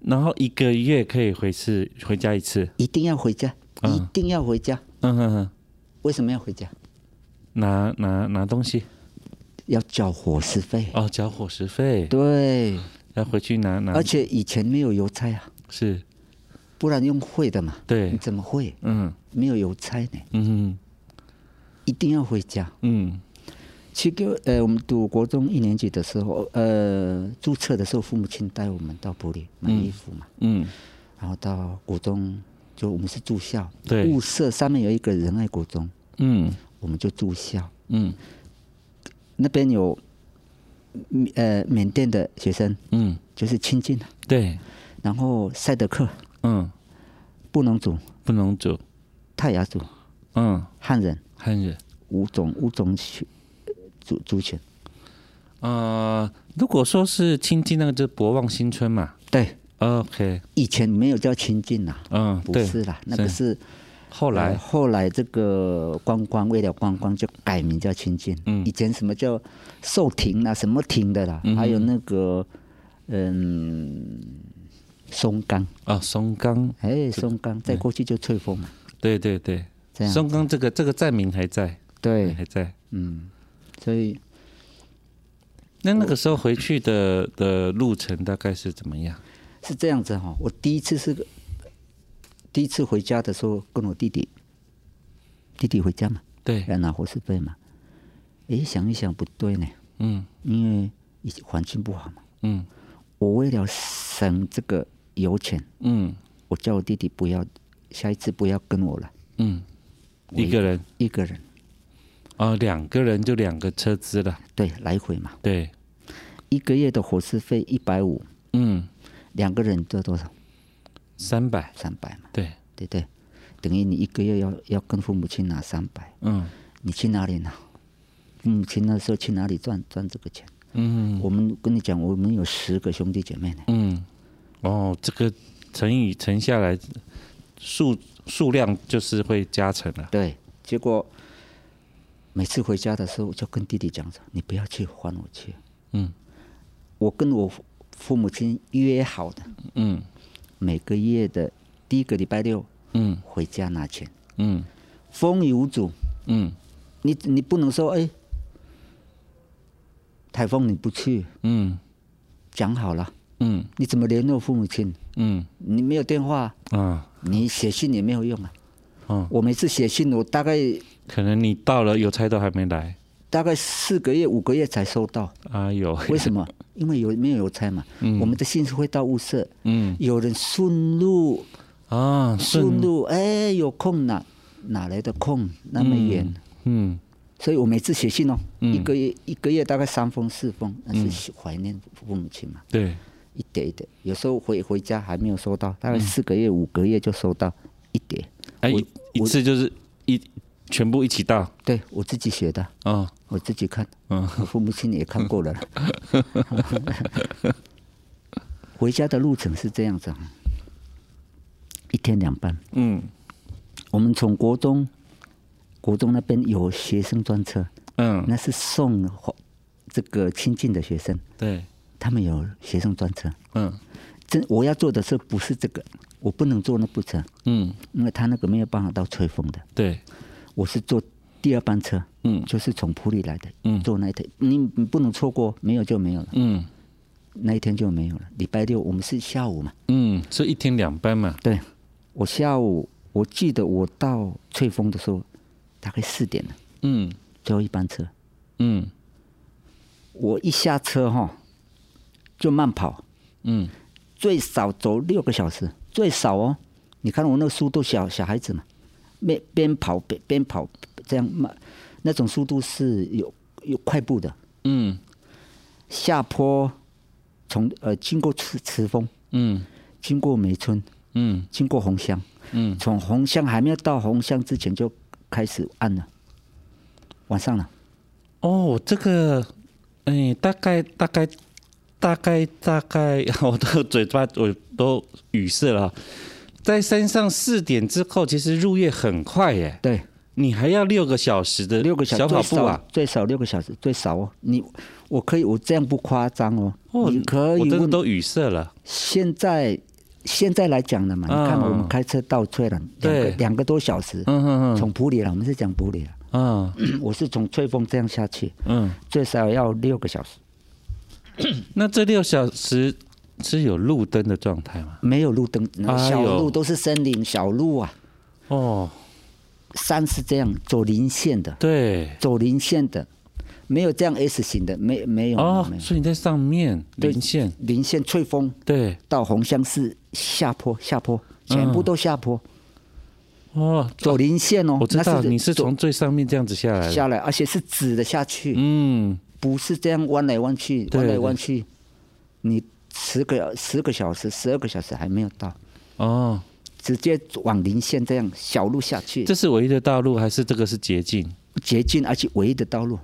Speaker 3: 然后一个月可以回次回家一次，
Speaker 4: 一定要回家，
Speaker 3: 啊
Speaker 4: 一定要回家。
Speaker 3: 嗯哼哼，
Speaker 4: 为什么要回家？
Speaker 3: 拿拿拿东西
Speaker 4: 要交伙食费。
Speaker 3: 哦，交伙食费，
Speaker 4: 对，
Speaker 3: 要回去拿拿
Speaker 4: 而，且以前没有邮差啊，
Speaker 3: 是，
Speaker 4: 不然用会的嘛。
Speaker 3: 对
Speaker 4: 你怎么会
Speaker 3: 嗯
Speaker 4: 没有邮差呢？
Speaker 3: 嗯
Speaker 4: 一定要回家。
Speaker 3: 嗯
Speaker 4: 去个呃，我们读国中一年级的时候，呃，注册的时候，父母亲带我们到埔里买衣服嘛，
Speaker 3: 嗯，
Speaker 4: 然后到国中就我们是住校，
Speaker 3: 对
Speaker 4: 物色上面有一个仁爱国中，
Speaker 3: 嗯
Speaker 4: 我们就住校。
Speaker 3: 嗯
Speaker 4: 那边有嗯呃缅甸的学生，
Speaker 3: 嗯，
Speaker 4: 就是亲近的，
Speaker 3: 对，
Speaker 4: 然后赛德克、
Speaker 3: 嗯，
Speaker 4: 布农族、
Speaker 3: 不能走，
Speaker 4: 泰雅族、
Speaker 3: 嗯，
Speaker 4: 汉人。
Speaker 3: 汉人。
Speaker 4: 五种五种群族族群，
Speaker 3: 呃，如果说是亲近那个，就是博望新村嘛。哦
Speaker 4: 对，
Speaker 3: OK，
Speaker 4: 以前没有叫亲近呐，
Speaker 3: 嗯，
Speaker 4: 不
Speaker 3: 对
Speaker 4: 是啦，那个是
Speaker 3: 后
Speaker 4: 后
Speaker 3: 来，
Speaker 4: 呃后来这个观光为了观光就改名叫亲近，
Speaker 3: 嗯
Speaker 4: 以前什么叫寿亭啊，什么亭的啦，还有那个嗯松冈，
Speaker 3: 啊，松冈，
Speaker 4: 哎，松冈，再过去就翠峰嘛，
Speaker 3: 对对对
Speaker 4: 这，样
Speaker 3: 松冈这个这个站名还在，
Speaker 4: 对
Speaker 3: 还，在。
Speaker 4: 嗯，所以
Speaker 3: 那那个时候回去的的路程大概是怎么样？
Speaker 4: 是这样子哈、我第一次是个第一次回家的时候，跟我弟弟，弟弟回家嘛。
Speaker 3: 对，
Speaker 4: 要拿伙食费嘛。诶，想一想不对呢，
Speaker 3: 嗯
Speaker 4: 因为以前环境不好嘛。
Speaker 3: 嗯
Speaker 4: 我为了省这个油钱，
Speaker 3: 嗯
Speaker 4: 我叫我弟弟不要，下一次不要跟我了，
Speaker 3: 嗯，一个人
Speaker 4: 一个人，
Speaker 3: 哦，两个人就两个车资了。
Speaker 4: 对，来回嘛，
Speaker 3: 对，
Speaker 4: 一个月的伙食费一百五，
Speaker 3: 嗯，
Speaker 4: 两个人这多少？
Speaker 3: 三百，
Speaker 4: 三百嘛，
Speaker 3: 对，
Speaker 4: 对不对？等于你一个月要要跟父母亲拿三百，
Speaker 3: 嗯
Speaker 4: 你去哪里拿？父母亲那时候去哪里赚赚这个钱？
Speaker 3: 嗯
Speaker 4: 我们跟你讲，我们有十个兄弟姐妹呢，
Speaker 3: 嗯，哦，这个乘以乘下来数数量就是会加成了。
Speaker 4: 对，结果每次回家的时候，我就跟弟弟讲说：“你不要去，还我去。
Speaker 3: 嗯”
Speaker 4: 我跟我父父母亲约好的，
Speaker 3: 嗯
Speaker 4: 每个月的第一个礼拜六
Speaker 3: 嗯
Speaker 4: 回家拿钱，
Speaker 3: 嗯
Speaker 4: 风雨无阻。
Speaker 3: 嗯
Speaker 4: 你你不能说哎，台风你不去，
Speaker 3: 嗯
Speaker 4: 讲好了，
Speaker 3: 嗯
Speaker 4: 你怎么联络父母亲？
Speaker 3: 嗯
Speaker 4: 你没有电话，
Speaker 3: 啊
Speaker 4: 你写信也没有用啊。
Speaker 3: 哦，
Speaker 4: 我每次写信，我大概
Speaker 3: 可能你到了，邮差都还没来。
Speaker 4: 大概四个月、五个月才收到。
Speaker 3: 哎呦，
Speaker 4: 为什么？因为有没有邮差嘛？我们的信是会到物色，
Speaker 3: 嗯
Speaker 4: 有人顺路，
Speaker 3: 啊，
Speaker 4: 顺
Speaker 3: 顺路，
Speaker 4: 路，哎，有空哪哪来的空那么远？
Speaker 3: 嗯
Speaker 4: 所以我每次写信哦，一个月一个月大概三封四封，
Speaker 3: 嗯
Speaker 4: 那是怀念父母亲嘛，
Speaker 3: 对，
Speaker 4: 一叠一叠，有时候回回家还没有收到，大概四个月、五个月就收到一叠。
Speaker 3: 嗯哎
Speaker 4: 我
Speaker 3: 一一次就是一全部一起到
Speaker 4: 对我自己写的，
Speaker 3: 啊，
Speaker 4: 我自己看，
Speaker 3: 嗯
Speaker 4: 我父母亲也 看过了啦。回家的路程是这样子啊，一天两班。
Speaker 3: 嗯
Speaker 4: 我们从国中，国中那边有学生专车，
Speaker 3: 嗯，
Speaker 4: 那是送这个亲近的学生，
Speaker 3: 对，
Speaker 4: 他们有学生专车，
Speaker 3: 嗯
Speaker 4: 真我要做的事不是这个，我不能做那部车，
Speaker 3: 嗯，
Speaker 4: 因为他那个没有办法到吹风的。
Speaker 3: 对，
Speaker 4: 我是坐第二班车，
Speaker 3: 嗯
Speaker 4: 就是从普里来的，
Speaker 3: 嗯
Speaker 4: 坐那一天，你你不能错过，没有就没有了，
Speaker 3: 嗯
Speaker 4: 那一天就没有了。礼拜六我们是下午嘛，
Speaker 3: 嗯，是一天两班嘛，
Speaker 4: 对，我下午我记得我到翠峰的时候，大概四点了，
Speaker 3: 嗯
Speaker 4: 最后一班车，
Speaker 3: 嗯
Speaker 4: 我一下车哈，就慢跑，
Speaker 3: 嗯
Speaker 4: 最少走六个小时，最少哦。你看我那个速度小，小孩子嘛，边边跑边边跑这样慢，那种速度是有有快步的，
Speaker 3: 嗯
Speaker 4: 下坡从呃经过慈慈峰，
Speaker 3: 嗯
Speaker 4: 经过梅村，
Speaker 3: 嗯
Speaker 4: 经过红乡，
Speaker 3: 嗯，
Speaker 4: 从红乡还没有到红乡之前就开始暗了，晚上了，
Speaker 3: 哦，这个，哎，大概大概大概大概， 我的嘴巴我都语塞了。在山上四点之后，其实入夜很快耶，
Speaker 4: 对，
Speaker 3: 你还要六个小时的
Speaker 4: 六个小时
Speaker 3: 小跑步啊，
Speaker 4: 最少最少六个小时，最少哦。你我可以，我这样不夸张哦，
Speaker 3: 哦，
Speaker 4: 你可以
Speaker 3: 我真的
Speaker 4: 问
Speaker 3: 都语塞了。
Speaker 4: 现在现在来讲的嘛，
Speaker 3: 嗯
Speaker 4: 你看我们开车到翠了两个
Speaker 3: 对
Speaker 4: 两个多小时，
Speaker 3: 嗯嗯
Speaker 4: 从普里了，我们是讲普里了，
Speaker 3: 嗯
Speaker 4: 我是从翠峰这样下去，
Speaker 3: 嗯，
Speaker 4: 最少要六个小时，
Speaker 3: 那这六小时是有路灯的状态吗？
Speaker 4: 没有路灯，
Speaker 3: 哎呦
Speaker 4: 小路都是森林小路啊，
Speaker 3: 哦，
Speaker 4: 山是这样走林线的，
Speaker 3: 对，
Speaker 4: 走林线的，没有这样 S 型的，没没有
Speaker 3: 哦
Speaker 4: 没，有
Speaker 3: 所以你在上面
Speaker 4: 对
Speaker 3: 零线，
Speaker 4: 林线翠峰
Speaker 3: 对，
Speaker 4: 到红乡是下坡下坡，
Speaker 3: 嗯
Speaker 4: 全部都下坡，
Speaker 3: 哦，
Speaker 4: 走林线哦，
Speaker 3: 我知道
Speaker 4: 那
Speaker 3: 你是
Speaker 4: 走
Speaker 3: 从最上面这样子下来的，
Speaker 4: 下来，而且是直的下去，
Speaker 3: 嗯，
Speaker 4: 不是这样弯来弯去，
Speaker 3: 对
Speaker 4: 弯来弯去，你十个十个小时、十二个小时还没有到，
Speaker 3: 哦，
Speaker 4: 直接往林县这样小路下去，
Speaker 3: 这是唯一的道路还是这个是捷径？
Speaker 4: 捷径，而且唯一的道路，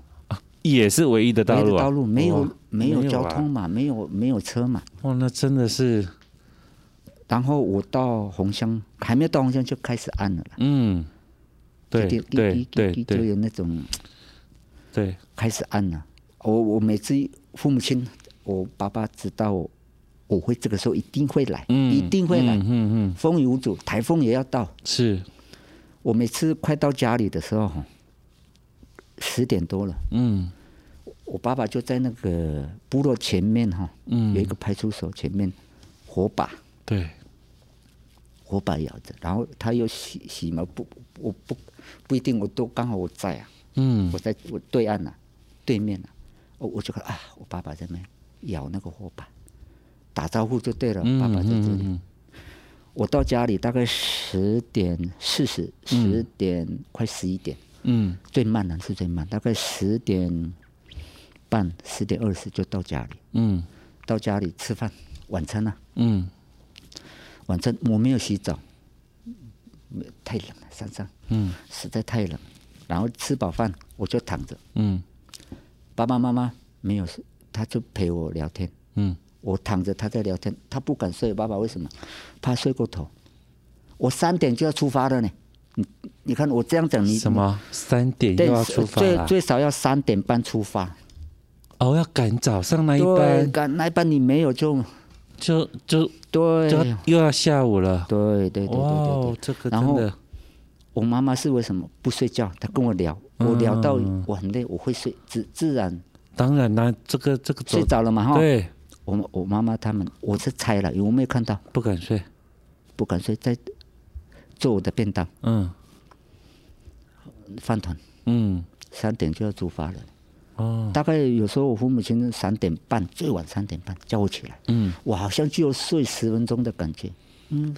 Speaker 3: 也是唯一的道
Speaker 4: 唯一
Speaker 3: 路、
Speaker 4: 的
Speaker 3: 啊，
Speaker 4: 道路没有
Speaker 3: 哇
Speaker 4: 没有
Speaker 3: 啊
Speaker 4: 交通嘛，没有没有车嘛。
Speaker 3: 哇，那真的是，
Speaker 4: 然后我到红乡，还没有到红乡就开始暗了啦，
Speaker 3: 嗯，对
Speaker 4: 就滴
Speaker 3: 对
Speaker 4: 滴滴
Speaker 3: 对
Speaker 4: 滴就
Speaker 3: 对
Speaker 4: 有那种
Speaker 3: 对，
Speaker 4: 开始暗了。我我每次父母亲，我爸爸知道我我会这个时候一定会来，
Speaker 3: 嗯，
Speaker 4: 一定会来。
Speaker 3: 嗯嗯嗯，
Speaker 4: 风雨无阻，台风也要到。
Speaker 3: 是，
Speaker 4: 我每次快到家里的时候，十点多了，
Speaker 3: 嗯
Speaker 4: 我爸爸就在那个部落前面哈，
Speaker 3: 嗯
Speaker 4: 有一个派出所前面，火把
Speaker 3: 对，
Speaker 4: 火把摇着，然后他又洗洗嘛，不我不不一定，我都刚好我在啊，
Speaker 3: 嗯
Speaker 4: 我在我对岸啊，对面啊，我我就看啊，我爸爸在那边摇那个火把，打招呼就对了，
Speaker 3: 嗯
Speaker 4: 爸爸在这里。
Speaker 3: 嗯
Speaker 4: 我到家里大概十点四十，十点快十一点，
Speaker 3: 嗯
Speaker 4: 最慢的是最慢，大概十点半、十点二十就到家里。
Speaker 3: 嗯
Speaker 4: 到家里吃饭，晚餐啊，
Speaker 3: 嗯
Speaker 4: 晚餐我没有洗澡，没太冷了，山上，嗯，实在太冷。然后吃饱饭我就躺着，
Speaker 3: 嗯
Speaker 4: 爸爸妈妈没有事，他就陪我聊天，
Speaker 3: 嗯
Speaker 4: 我躺着，他在聊天，他不敢睡，爸爸为什么？怕睡过头。我三点就要出发了呢，你你看我这样讲，你
Speaker 3: 嗯，什？么三点
Speaker 4: 对
Speaker 3: 又要出，发
Speaker 4: 最
Speaker 3: 了？
Speaker 4: 最少要三点半出发。
Speaker 3: 哦，要赶早上那一
Speaker 4: 对，
Speaker 3: 班，
Speaker 4: 赶那一班你没有就
Speaker 3: 就就
Speaker 4: 对
Speaker 3: 就要又要下午了。
Speaker 4: 对对对对
Speaker 3: 哇
Speaker 4: 对对
Speaker 3: 哦，。这个
Speaker 4: 然
Speaker 3: 真
Speaker 4: 后
Speaker 3: 的，
Speaker 4: 我妈妈是为什么不睡觉？她跟我聊，
Speaker 3: 嗯
Speaker 4: 我聊到我很累，我会睡，自自然
Speaker 3: 当然啦，这个这个走
Speaker 4: 睡着了嘛哈。
Speaker 3: 对，
Speaker 4: 我们我妈妈他们，我是猜了，因为我没有看到，
Speaker 3: 不敢睡，
Speaker 4: 不敢睡，在做我的便当
Speaker 3: 嗯
Speaker 4: 饭团，
Speaker 3: 嗯
Speaker 4: 三点就要出发了。
Speaker 3: 哦，
Speaker 4: 大概有时候我父母亲三点半，最晚三点半叫我起来，
Speaker 3: 嗯
Speaker 4: 我好像就有睡十分钟的感觉，嗯，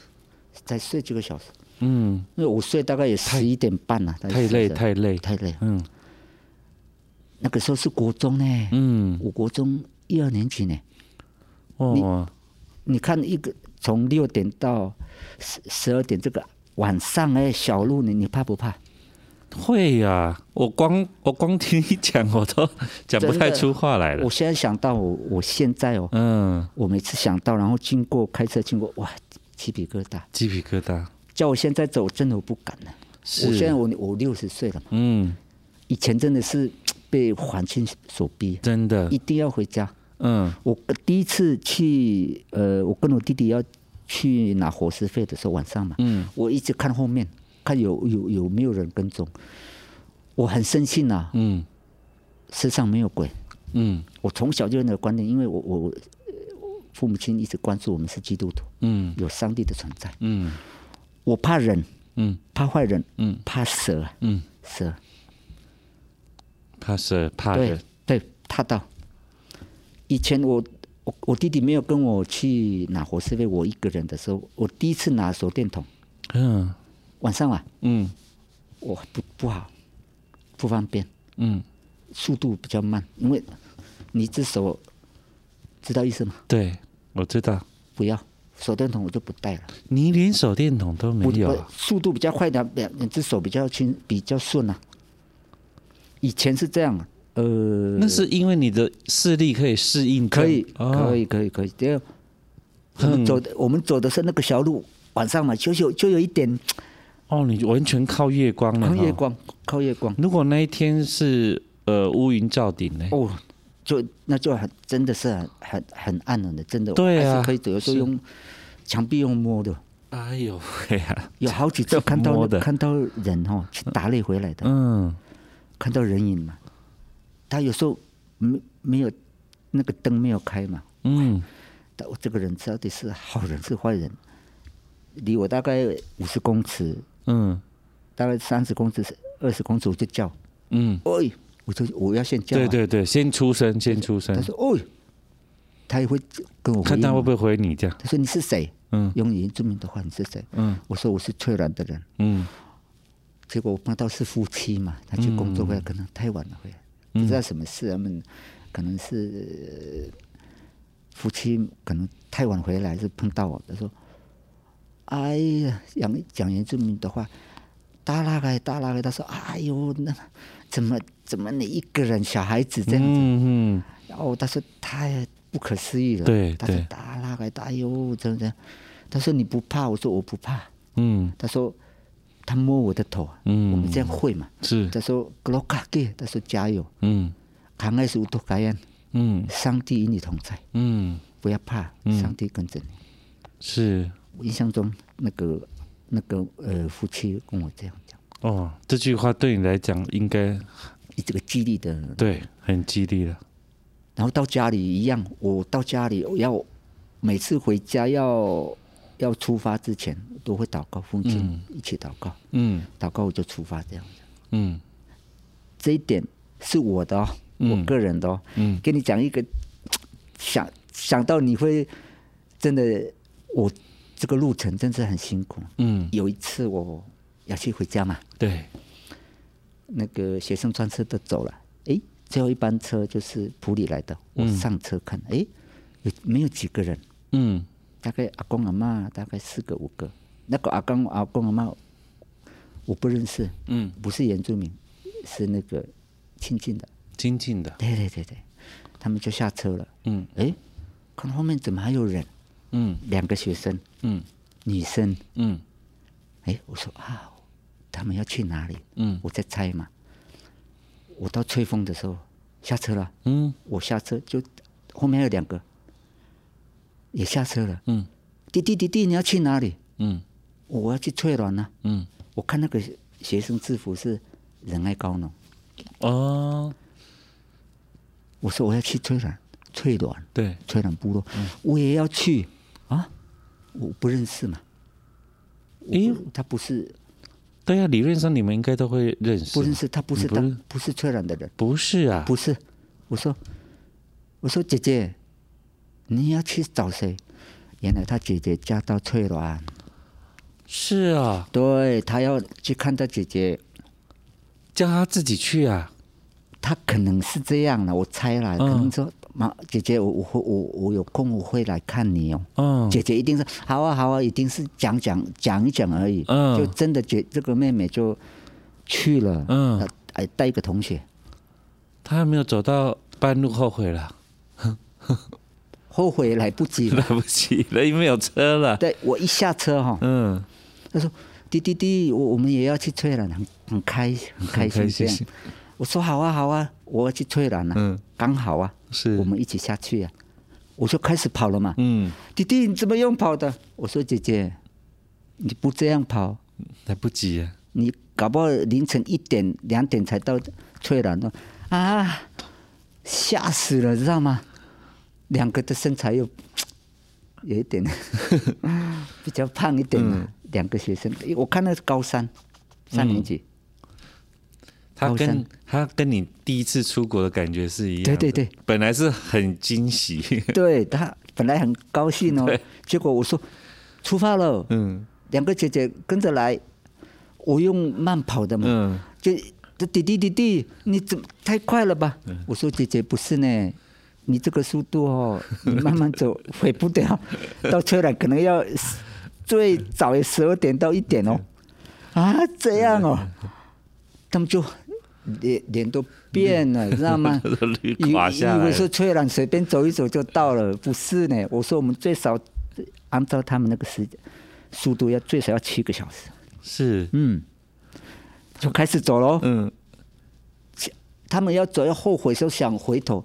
Speaker 4: 才睡几个小时，
Speaker 3: 嗯，
Speaker 4: 因为我睡大概也十一点半啊了，大概
Speaker 3: 太累
Speaker 4: 11
Speaker 3: 太累，
Speaker 4: 太累了。
Speaker 3: 嗯
Speaker 4: 那个时候是国中呢，
Speaker 3: 嗯，
Speaker 4: 我国中一二年级呢，
Speaker 3: 哦，
Speaker 4: 你看一个从六点到十十二点这个晚上哎，小路你你怕不怕？
Speaker 3: 会呀、我光我光听你讲，我 都讲不太出话来了
Speaker 4: 我。现在想到我我现在哦，
Speaker 3: 嗯，
Speaker 4: 我每次想到，然后经过开车经过，哇，鸡皮疙瘩。
Speaker 3: 鸡皮疙瘩。
Speaker 4: 叫我现在走，真的我不敢了。我现在
Speaker 3: 是，
Speaker 4: 我我六十岁了嘛，
Speaker 3: 嗯，
Speaker 4: 以前真的是被环境所逼，
Speaker 3: 真的
Speaker 4: 一定要回家。
Speaker 3: 嗯
Speaker 4: 我呃第一次去，呃，我跟我弟弟要去拿伙食费的时候，晚上嘛，
Speaker 3: 嗯，
Speaker 4: 我一直看后面，看有有有没有人跟踪，我很深信呐、
Speaker 3: 嗯
Speaker 4: 世上没有鬼。
Speaker 3: 嗯
Speaker 4: 我从小就有那个观念，因为我我我呃父母亲一直灌输我们是基督徒，
Speaker 3: 嗯
Speaker 4: 有上帝的存在。
Speaker 3: 嗯
Speaker 4: 我怕人，
Speaker 3: 嗯
Speaker 4: 怕坏人，
Speaker 3: 嗯
Speaker 4: 怕蛇，
Speaker 3: 嗯，
Speaker 4: 蛇，
Speaker 3: 怕蛇怕
Speaker 4: 对
Speaker 3: 人，
Speaker 4: 对，怕到。以前我我我弟弟没有跟我去拿活是费，我一个人的时候，我第一次拿手电筒，
Speaker 3: 嗯
Speaker 4: 晚上啊，
Speaker 3: 嗯
Speaker 4: 我不不好，不方便，
Speaker 3: 嗯，
Speaker 4: 速度比较慢，因为你一只手知道意思吗？
Speaker 3: 对，我知道，
Speaker 4: 不要手电筒，我就不带了。
Speaker 3: 你连手电筒都没
Speaker 4: 我
Speaker 3: 有
Speaker 4: 我
Speaker 3: 啊，
Speaker 4: 速度比较快的，两两只手比较轻，比较顺啊。以前是这样啊，呃，
Speaker 3: 那是因为你的视力可以适应这
Speaker 4: 可
Speaker 3: 样，
Speaker 4: 以，
Speaker 3: 哦
Speaker 4: 可以，，可以，可以。这样，我们走的，我们走的是那个小路，晚上嘛，就有就有一点
Speaker 3: 哦，你完全靠月光了，
Speaker 4: 靠月
Speaker 3: 哦。
Speaker 4: 光，靠月光。
Speaker 3: 如果那一天是呃乌云罩顶呢？
Speaker 4: 哦，就那就很真的是很很很暗了的，真的。
Speaker 3: 对啊
Speaker 4: 还是可以走，有时候
Speaker 3: 是
Speaker 4: 用墙壁用摸的，
Speaker 3: 哎呦喂呀，
Speaker 4: 有好几次看
Speaker 3: 摸
Speaker 4: 到
Speaker 3: 的
Speaker 4: 看到人哦，去打猎回来的。
Speaker 3: 嗯
Speaker 4: 看到人影嘛，他有时候没没有那个灯没有开嘛，
Speaker 3: 嗯
Speaker 4: 但我这个人到底是好人是坏人？离我大概五十公尺，
Speaker 3: 嗯
Speaker 4: 大概三十公尺、二十公尺，我就叫，
Speaker 3: 嗯，
Speaker 4: 喂，我就我要先叫、啊，
Speaker 3: 对，对对，先出声，先出声
Speaker 4: 他，说，喂，他也会跟我回
Speaker 3: 看
Speaker 4: 应
Speaker 3: 他会不
Speaker 4: 嘛
Speaker 3: 会回你这样？
Speaker 4: 他说你是谁？
Speaker 3: 嗯
Speaker 4: 用原住民的话你是谁？
Speaker 3: 嗯
Speaker 4: 我说我是翠兰的人，
Speaker 3: 嗯
Speaker 4: 结果我碰到是夫妻嘛，他去工作回来可能太晚了回来，
Speaker 3: 嗯
Speaker 4: 不知道什么事，他们可能是呃夫妻可能太晚回来是碰到我，他说：“哎呀，讲讲原住民的话，大拉开大拉开。”他说：“哎呦，那怎么怎么你一个人小孩子这样子？”
Speaker 3: 嗯嗯，
Speaker 4: 然后他说太不可思议了，
Speaker 3: 对
Speaker 4: 他说
Speaker 3: 对
Speaker 4: 大拉开大哎呦，怎么怎么？他说你不怕？我说我不怕。
Speaker 3: 嗯
Speaker 4: 他说他摸我的头，啊
Speaker 3: 嗯
Speaker 4: 我们这样会嘛？
Speaker 3: 是
Speaker 4: 他说格罗卡给，他说加油，
Speaker 3: 嗯
Speaker 4: 扛爱是乌托感恩，
Speaker 3: 嗯
Speaker 4: 上帝与你同在，
Speaker 3: 嗯
Speaker 4: 不要怕，上帝跟着你。
Speaker 3: 是
Speaker 4: 我印象中那个那个呃夫妻跟我这样讲，
Speaker 3: 哦，这句话对你来讲应该
Speaker 4: 以这个激励的，
Speaker 3: 对很激励了。
Speaker 4: 然后到家里一样，我到家里我要每次回家要要出发之前都会祷告，父亲一起祷告，
Speaker 3: 嗯
Speaker 4: 祷告我就出发这样子。
Speaker 3: 嗯
Speaker 4: 这一点是我的、哦，我个人的哦。
Speaker 3: 嗯
Speaker 4: 跟你讲一个，想想到你会真的，我这个路程真是很辛苦。
Speaker 3: 嗯，
Speaker 4: 有一次我要去回家嘛，
Speaker 3: 对，
Speaker 4: 那个学生专车都走了，诶，最后一班车就是普里来的，我上车看，诶，有没有几个人？
Speaker 3: 嗯
Speaker 4: 大概阿公阿妈大概四个五个，那个阿公阿公阿妈我不认识，
Speaker 3: 嗯，
Speaker 4: 不是原住民，是那个亲近的，
Speaker 3: 精进的，
Speaker 4: 对对对对，他们就下车了，
Speaker 3: 嗯
Speaker 4: 诶，看后面怎么还有人？
Speaker 3: 嗯
Speaker 4: 两个学生，
Speaker 3: 嗯
Speaker 4: 女生，
Speaker 3: 嗯
Speaker 4: 诶，我说啊，他们要去哪里？
Speaker 3: 嗯
Speaker 4: 我在猜嘛。我到吹风的时候下车了，
Speaker 3: 嗯
Speaker 4: 我下车就后面还有两个也下车了。
Speaker 3: 嗯
Speaker 4: 弟弟弟弟，你要去哪里？
Speaker 3: 嗯
Speaker 4: 我要去翠峦呢、
Speaker 3: 嗯，
Speaker 4: 我看那个学生制服是仁爱高农，
Speaker 3: 哦，
Speaker 4: 我说我要去翠峦，翠峦，
Speaker 3: 对，
Speaker 4: 翠峦部落，我也要去嗯啊！我不认识嘛，
Speaker 3: 诶，
Speaker 4: 他不是
Speaker 3: 对呀、理论上你们应该都会认识。
Speaker 4: 不认识，他不是
Speaker 3: 你不
Speaker 4: 他
Speaker 3: 是
Speaker 4: 不是翠峦的人，
Speaker 3: 不是啊，
Speaker 4: 不是。我说我说姐姐，你要去找谁？原来他姐姐嫁到翠峦，
Speaker 3: 是啊，
Speaker 4: 对他要去看他姐姐，
Speaker 3: 叫他自己去啊。
Speaker 4: 他可能是这样了，我猜啦，可能说妈姐姐，我我会我我有空我会来看你哦。
Speaker 3: 嗯，
Speaker 4: 姐姐一定是好啊好啊，一定是讲讲讲一讲而已，
Speaker 3: 嗯
Speaker 4: 就真的姐这个妹妹就去了，
Speaker 3: 嗯
Speaker 4: 呃，哎带一个同学，
Speaker 3: 他还没有走到半路后悔 了，
Speaker 4: 后悔来不及
Speaker 3: 来
Speaker 4: 了。
Speaker 3: 不及了，因为有车了。
Speaker 4: 对我一下车哈、
Speaker 3: 嗯，
Speaker 4: 他说：“滴滴滴，我我们也要去吹了，很很开很
Speaker 3: 很开
Speaker 4: 开心这
Speaker 3: 心
Speaker 4: 样。”我说好啊好啊，我要去翠兰了、
Speaker 6: 嗯
Speaker 4: 刚好啊，
Speaker 6: 是
Speaker 4: 我们一起下去啊，我就开始跑了嘛。
Speaker 6: 嗯，
Speaker 4: 弟弟你怎么用跑的？我说姐姐，你不这样跑，
Speaker 3: 来不及啊，
Speaker 4: 你搞不好凌晨一点两点才到翠兰呢，啊，吓死了，知道吗？两个的身材又有一点 比较胖一点嘛，两个学生，诶我看那是高三三年级，
Speaker 3: 他
Speaker 4: 高
Speaker 3: 跟
Speaker 4: 山
Speaker 3: 他跟你第一次出国的感觉是一样的，
Speaker 4: 对对对，
Speaker 3: 本来是很惊喜，
Speaker 4: 对他本来很高兴哦
Speaker 3: 嗯对，？
Speaker 4: 结果我说出发了，
Speaker 6: 嗯
Speaker 4: 两个姐姐跟着来，我用慢跑的嘛，
Speaker 6: 嗯
Speaker 4: 就这弟弟弟弟，你怎么太快了吧？我说姐姐不是呢，你这个速度哦，你慢慢走 回不了，到车站可能要最早也十二点到一点哦。啊，这样哦，他们就脸脸都变了，知道吗
Speaker 3: 绿
Speaker 4: 以
Speaker 3: 垮下来
Speaker 4: 以为说崔兰随便走一走就到了，不是呢？我说我们最少按照他们那个时速度要最少要七个小时，
Speaker 3: 是
Speaker 4: 嗯，就开始走喽。
Speaker 6: 嗯，
Speaker 4: 他们要走要后悔，就想回头，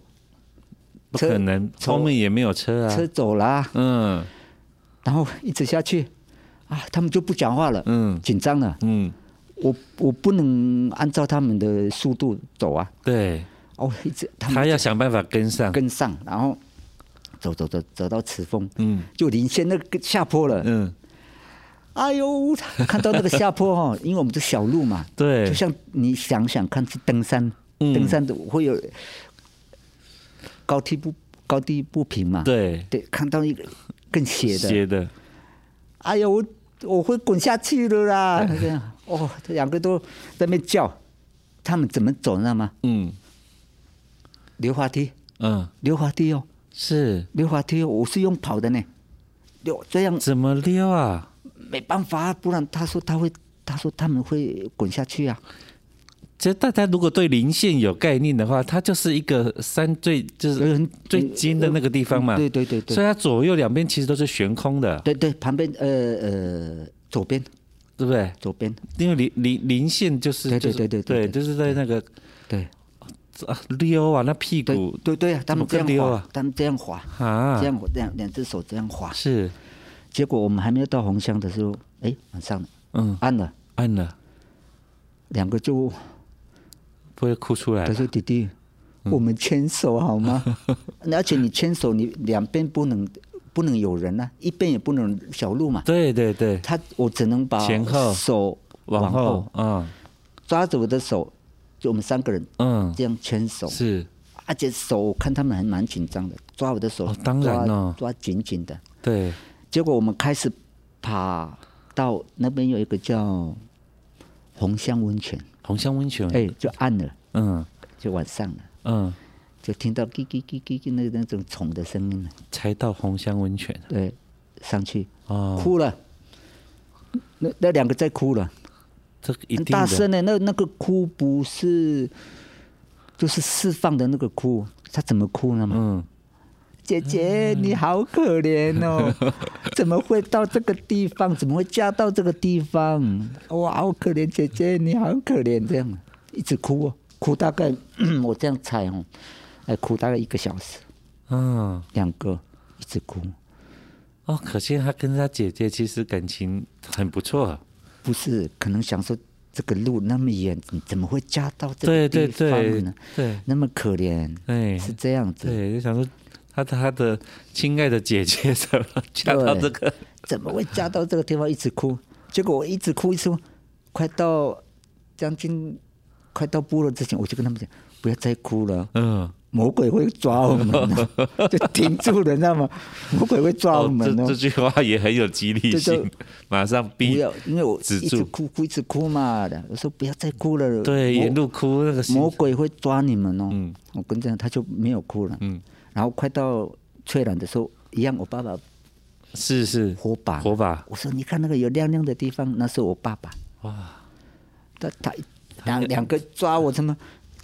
Speaker 3: 不
Speaker 4: 车
Speaker 3: 可能，
Speaker 4: 走
Speaker 3: 后面也没有车啊，
Speaker 4: 车走了啊，
Speaker 6: 嗯
Speaker 4: 然后一直下去，啊，他们就不讲话了，
Speaker 6: 嗯
Speaker 4: 紧张了，
Speaker 6: 嗯，
Speaker 4: 我我不能按照他们的速度走啊，
Speaker 3: 对
Speaker 4: 哦，一直他
Speaker 3: 他
Speaker 4: 们
Speaker 3: 要想办法跟上，
Speaker 4: 跟上，然后走走走走到赤峰，
Speaker 6: 嗯，
Speaker 4: 就临县那个下坡了，
Speaker 6: 嗯
Speaker 4: 哎呦，看到那个下坡哦，因为我们是小路嘛，
Speaker 3: 对
Speaker 4: 就像你想想看，去登山，登山的会有高低不高低不平嘛，
Speaker 3: 对
Speaker 4: 对，看到一个更斜的，
Speaker 3: 斜的，
Speaker 4: 哎呦，我我会滚下去了啦！这样，哦，这两个都在那边叫，他们怎么走你知道吗？
Speaker 6: 嗯
Speaker 4: 溜滑梯，
Speaker 6: 嗯，
Speaker 4: 溜滑梯哦，
Speaker 3: 是
Speaker 4: 溜滑梯哦，我是用跑的呢，溜这样
Speaker 3: 怎么溜啊？
Speaker 4: 没办法，不然他说他会，他说他们会滚下去啊。
Speaker 3: 其实大家如果对零线有概念的话，它就是一个山最就是
Speaker 4: 嗯
Speaker 3: 最尖的那个地方嘛。
Speaker 4: 嗯对对对对
Speaker 3: 所以它左右两边其实都是悬空的，
Speaker 4: 对对，旁边呃呃左边
Speaker 3: 对不对？
Speaker 4: 左边，
Speaker 3: 因为零零零线就是
Speaker 4: 对
Speaker 3: 就
Speaker 4: 对
Speaker 3: 是
Speaker 4: 对对对对
Speaker 3: 就是在那个
Speaker 4: 对
Speaker 3: 啊溜啊，那屁
Speaker 4: 对
Speaker 3: 股
Speaker 4: 对对啊，他们这
Speaker 3: 怎么更溜
Speaker 4: 样
Speaker 3: 啊
Speaker 4: 滑，他们这样滑，
Speaker 3: 啊
Speaker 4: 这样滑，这样两只手这样滑。
Speaker 3: 是
Speaker 4: 结果我们还没有到红乡的时候，哎，晚上了，
Speaker 3: 嗯
Speaker 4: 暗了，
Speaker 3: 按了，
Speaker 4: 两个就
Speaker 3: 不会哭出来
Speaker 4: 他
Speaker 3: 吧。
Speaker 4: 说：“弟弟，
Speaker 3: 嗯
Speaker 4: 我们牵手 好吗？而且你牵手，你两边不能不能有人啊，一边也不能小路嘛。
Speaker 3: 对对对，
Speaker 4: 他我只能把
Speaker 3: 前后
Speaker 4: 手
Speaker 3: 往
Speaker 4: 往
Speaker 3: 后啊
Speaker 4: 抓着我的手，就我们三个人
Speaker 3: 嗯
Speaker 4: 这样牵手，
Speaker 3: 是
Speaker 4: 而且手我看他们还蛮紧张的，抓我的手，
Speaker 3: 哦当然
Speaker 4: 抓
Speaker 3: 哦
Speaker 4: 抓紧紧的。
Speaker 3: 对
Speaker 4: 结果我们开始爬到那边有一个叫红香温泉，
Speaker 3: 红香温泉
Speaker 4: 哎，就暗了，
Speaker 3: 嗯
Speaker 4: 就晚上了。”
Speaker 3: 嗯
Speaker 4: 就听到叽叽叽叽叽那那种虫的声音了。
Speaker 3: 才到红香温泉
Speaker 4: 对，上去
Speaker 3: 哦
Speaker 4: 哭了，那那两个在哭了，
Speaker 3: 这个一
Speaker 4: 很
Speaker 3: 定
Speaker 4: 大声
Speaker 3: 的
Speaker 4: 的，那那个哭不是就是释放的那个哭，他怎么哭呢嘛？
Speaker 3: 嗯
Speaker 4: 姐姐，你好可怜 哦，怎么会到这个地方？怎么会嫁到这个地方？哇，好可怜，姐姐，你好可怜，这样一直哭哦，哭大概 我这样猜哦，哎，哭大概一个小时，
Speaker 3: 嗯。
Speaker 4: 两个一直哭。
Speaker 3: 哦，可见他跟他姐姐其实感情很不错。
Speaker 4: 不是，可能想说这个路那么远，你怎么会嫁到这
Speaker 3: 对
Speaker 4: 个
Speaker 3: 对
Speaker 4: 地方呢？
Speaker 3: 对对
Speaker 4: 那么可怜，
Speaker 3: 哎
Speaker 4: 是这样子，
Speaker 3: 对，就想说他他的亲爱的姐姐怎么嫁到这个？
Speaker 4: 怎么会嫁到这个地方？一直哭，结果我一直哭，一直哭，快到将近快到部落之前，我就跟他们讲，不要再哭 了。
Speaker 3: 嗯，
Speaker 4: 魔鬼会抓我们的，就停住了，你知道吗？魔鬼会抓
Speaker 3: 哦，
Speaker 4: 我
Speaker 3: 这
Speaker 4: 们
Speaker 3: 这
Speaker 4: 哦，
Speaker 3: 句话也很有激励
Speaker 4: 这
Speaker 3: 性
Speaker 4: 就，
Speaker 3: 马上
Speaker 4: 不
Speaker 3: 逼
Speaker 4: 要，因为我
Speaker 3: 止
Speaker 4: 一直
Speaker 3: 住。
Speaker 4: 哭哭一直哭嘛的，我说不要再哭了。
Speaker 3: 对，
Speaker 4: 我
Speaker 3: 沿路哭那个心
Speaker 4: 魔鬼会抓你们哦。
Speaker 3: 嗯
Speaker 4: 我跟这样，他就没有哭了。
Speaker 3: 嗯
Speaker 4: 然后快到翠兰的时候，一样，我爸爸
Speaker 3: 是是
Speaker 4: 火把，
Speaker 3: 火把
Speaker 4: 我说你看那个有亮亮的地方，那是我爸爸。哇！他他两两个抓我，什么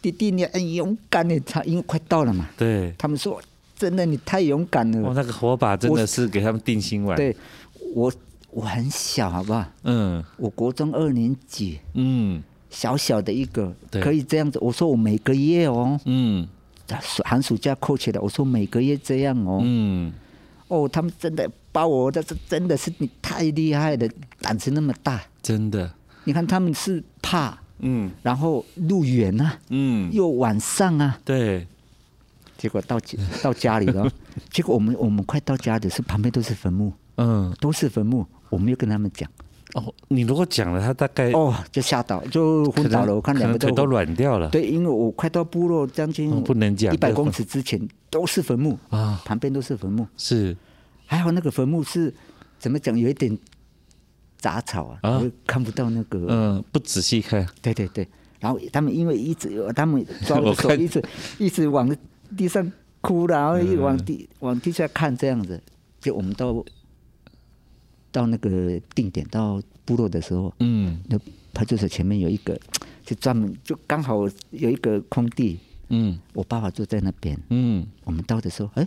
Speaker 4: 弟弟你很勇敢，你他因为快到了嘛，
Speaker 3: 对，
Speaker 4: 他们说真的你太勇敢
Speaker 3: 哦，
Speaker 4: 了。
Speaker 3: 那个火把真的是给他们定心丸。，
Speaker 4: 对，我我很小好不好？
Speaker 6: 嗯
Speaker 4: 我国中二年级，
Speaker 6: 嗯
Speaker 4: 小小的一个，
Speaker 3: 对
Speaker 4: 可以这样子。我说我每个月哦，
Speaker 3: 嗯
Speaker 4: 暑寒暑假扣起来，我说每个月这样哦。
Speaker 3: 嗯，
Speaker 4: 哦，他们真的把我，这是真的是你太厉害了，胆子那么大。
Speaker 3: 真的，
Speaker 4: 你看他们是怕，
Speaker 3: 嗯
Speaker 4: 然后路远啊，
Speaker 3: 嗯，
Speaker 4: 又晚上啊，
Speaker 7: 对，
Speaker 4: 结果到 家到家里了，结果我们我们快到家里是旁边都是坟墓，
Speaker 3: 嗯
Speaker 4: 都是坟墓，我们又跟他们讲，
Speaker 7: 哦，你如果讲了，他大概
Speaker 4: 哦，就吓到就
Speaker 7: 可
Speaker 4: 昏
Speaker 7: 能
Speaker 4: 倒了，我看
Speaker 7: 可
Speaker 4: 两
Speaker 7: 能
Speaker 4: 个
Speaker 7: 腿都软掉了。
Speaker 4: 对，因为我快到部落将近
Speaker 3: 嗯不能讲
Speaker 4: 一百
Speaker 3: 这话
Speaker 4: 公尺之前都是坟墓
Speaker 3: 啊
Speaker 4: 旁边都是坟墓，
Speaker 3: 是
Speaker 4: 还好那个坟墓是怎么讲，有一点杂草啊，
Speaker 3: 啊
Speaker 4: 我看不到那个，
Speaker 3: 嗯不仔细看，
Speaker 4: 对对对，然后他们因为一直哦他们 抓
Speaker 3: 我
Speaker 4: 我手，
Speaker 3: 看
Speaker 4: 一直哦一直往地上哭，然后一往地、往地下看这样子，就我们到到那个定点到部落的时候，
Speaker 3: 嗯
Speaker 4: 那派出所前面有一个，就专门就刚好有一个空地，
Speaker 3: 嗯
Speaker 4: 我爸爸就在那边，
Speaker 3: 嗯，？
Speaker 4: 我们到的时候，哎，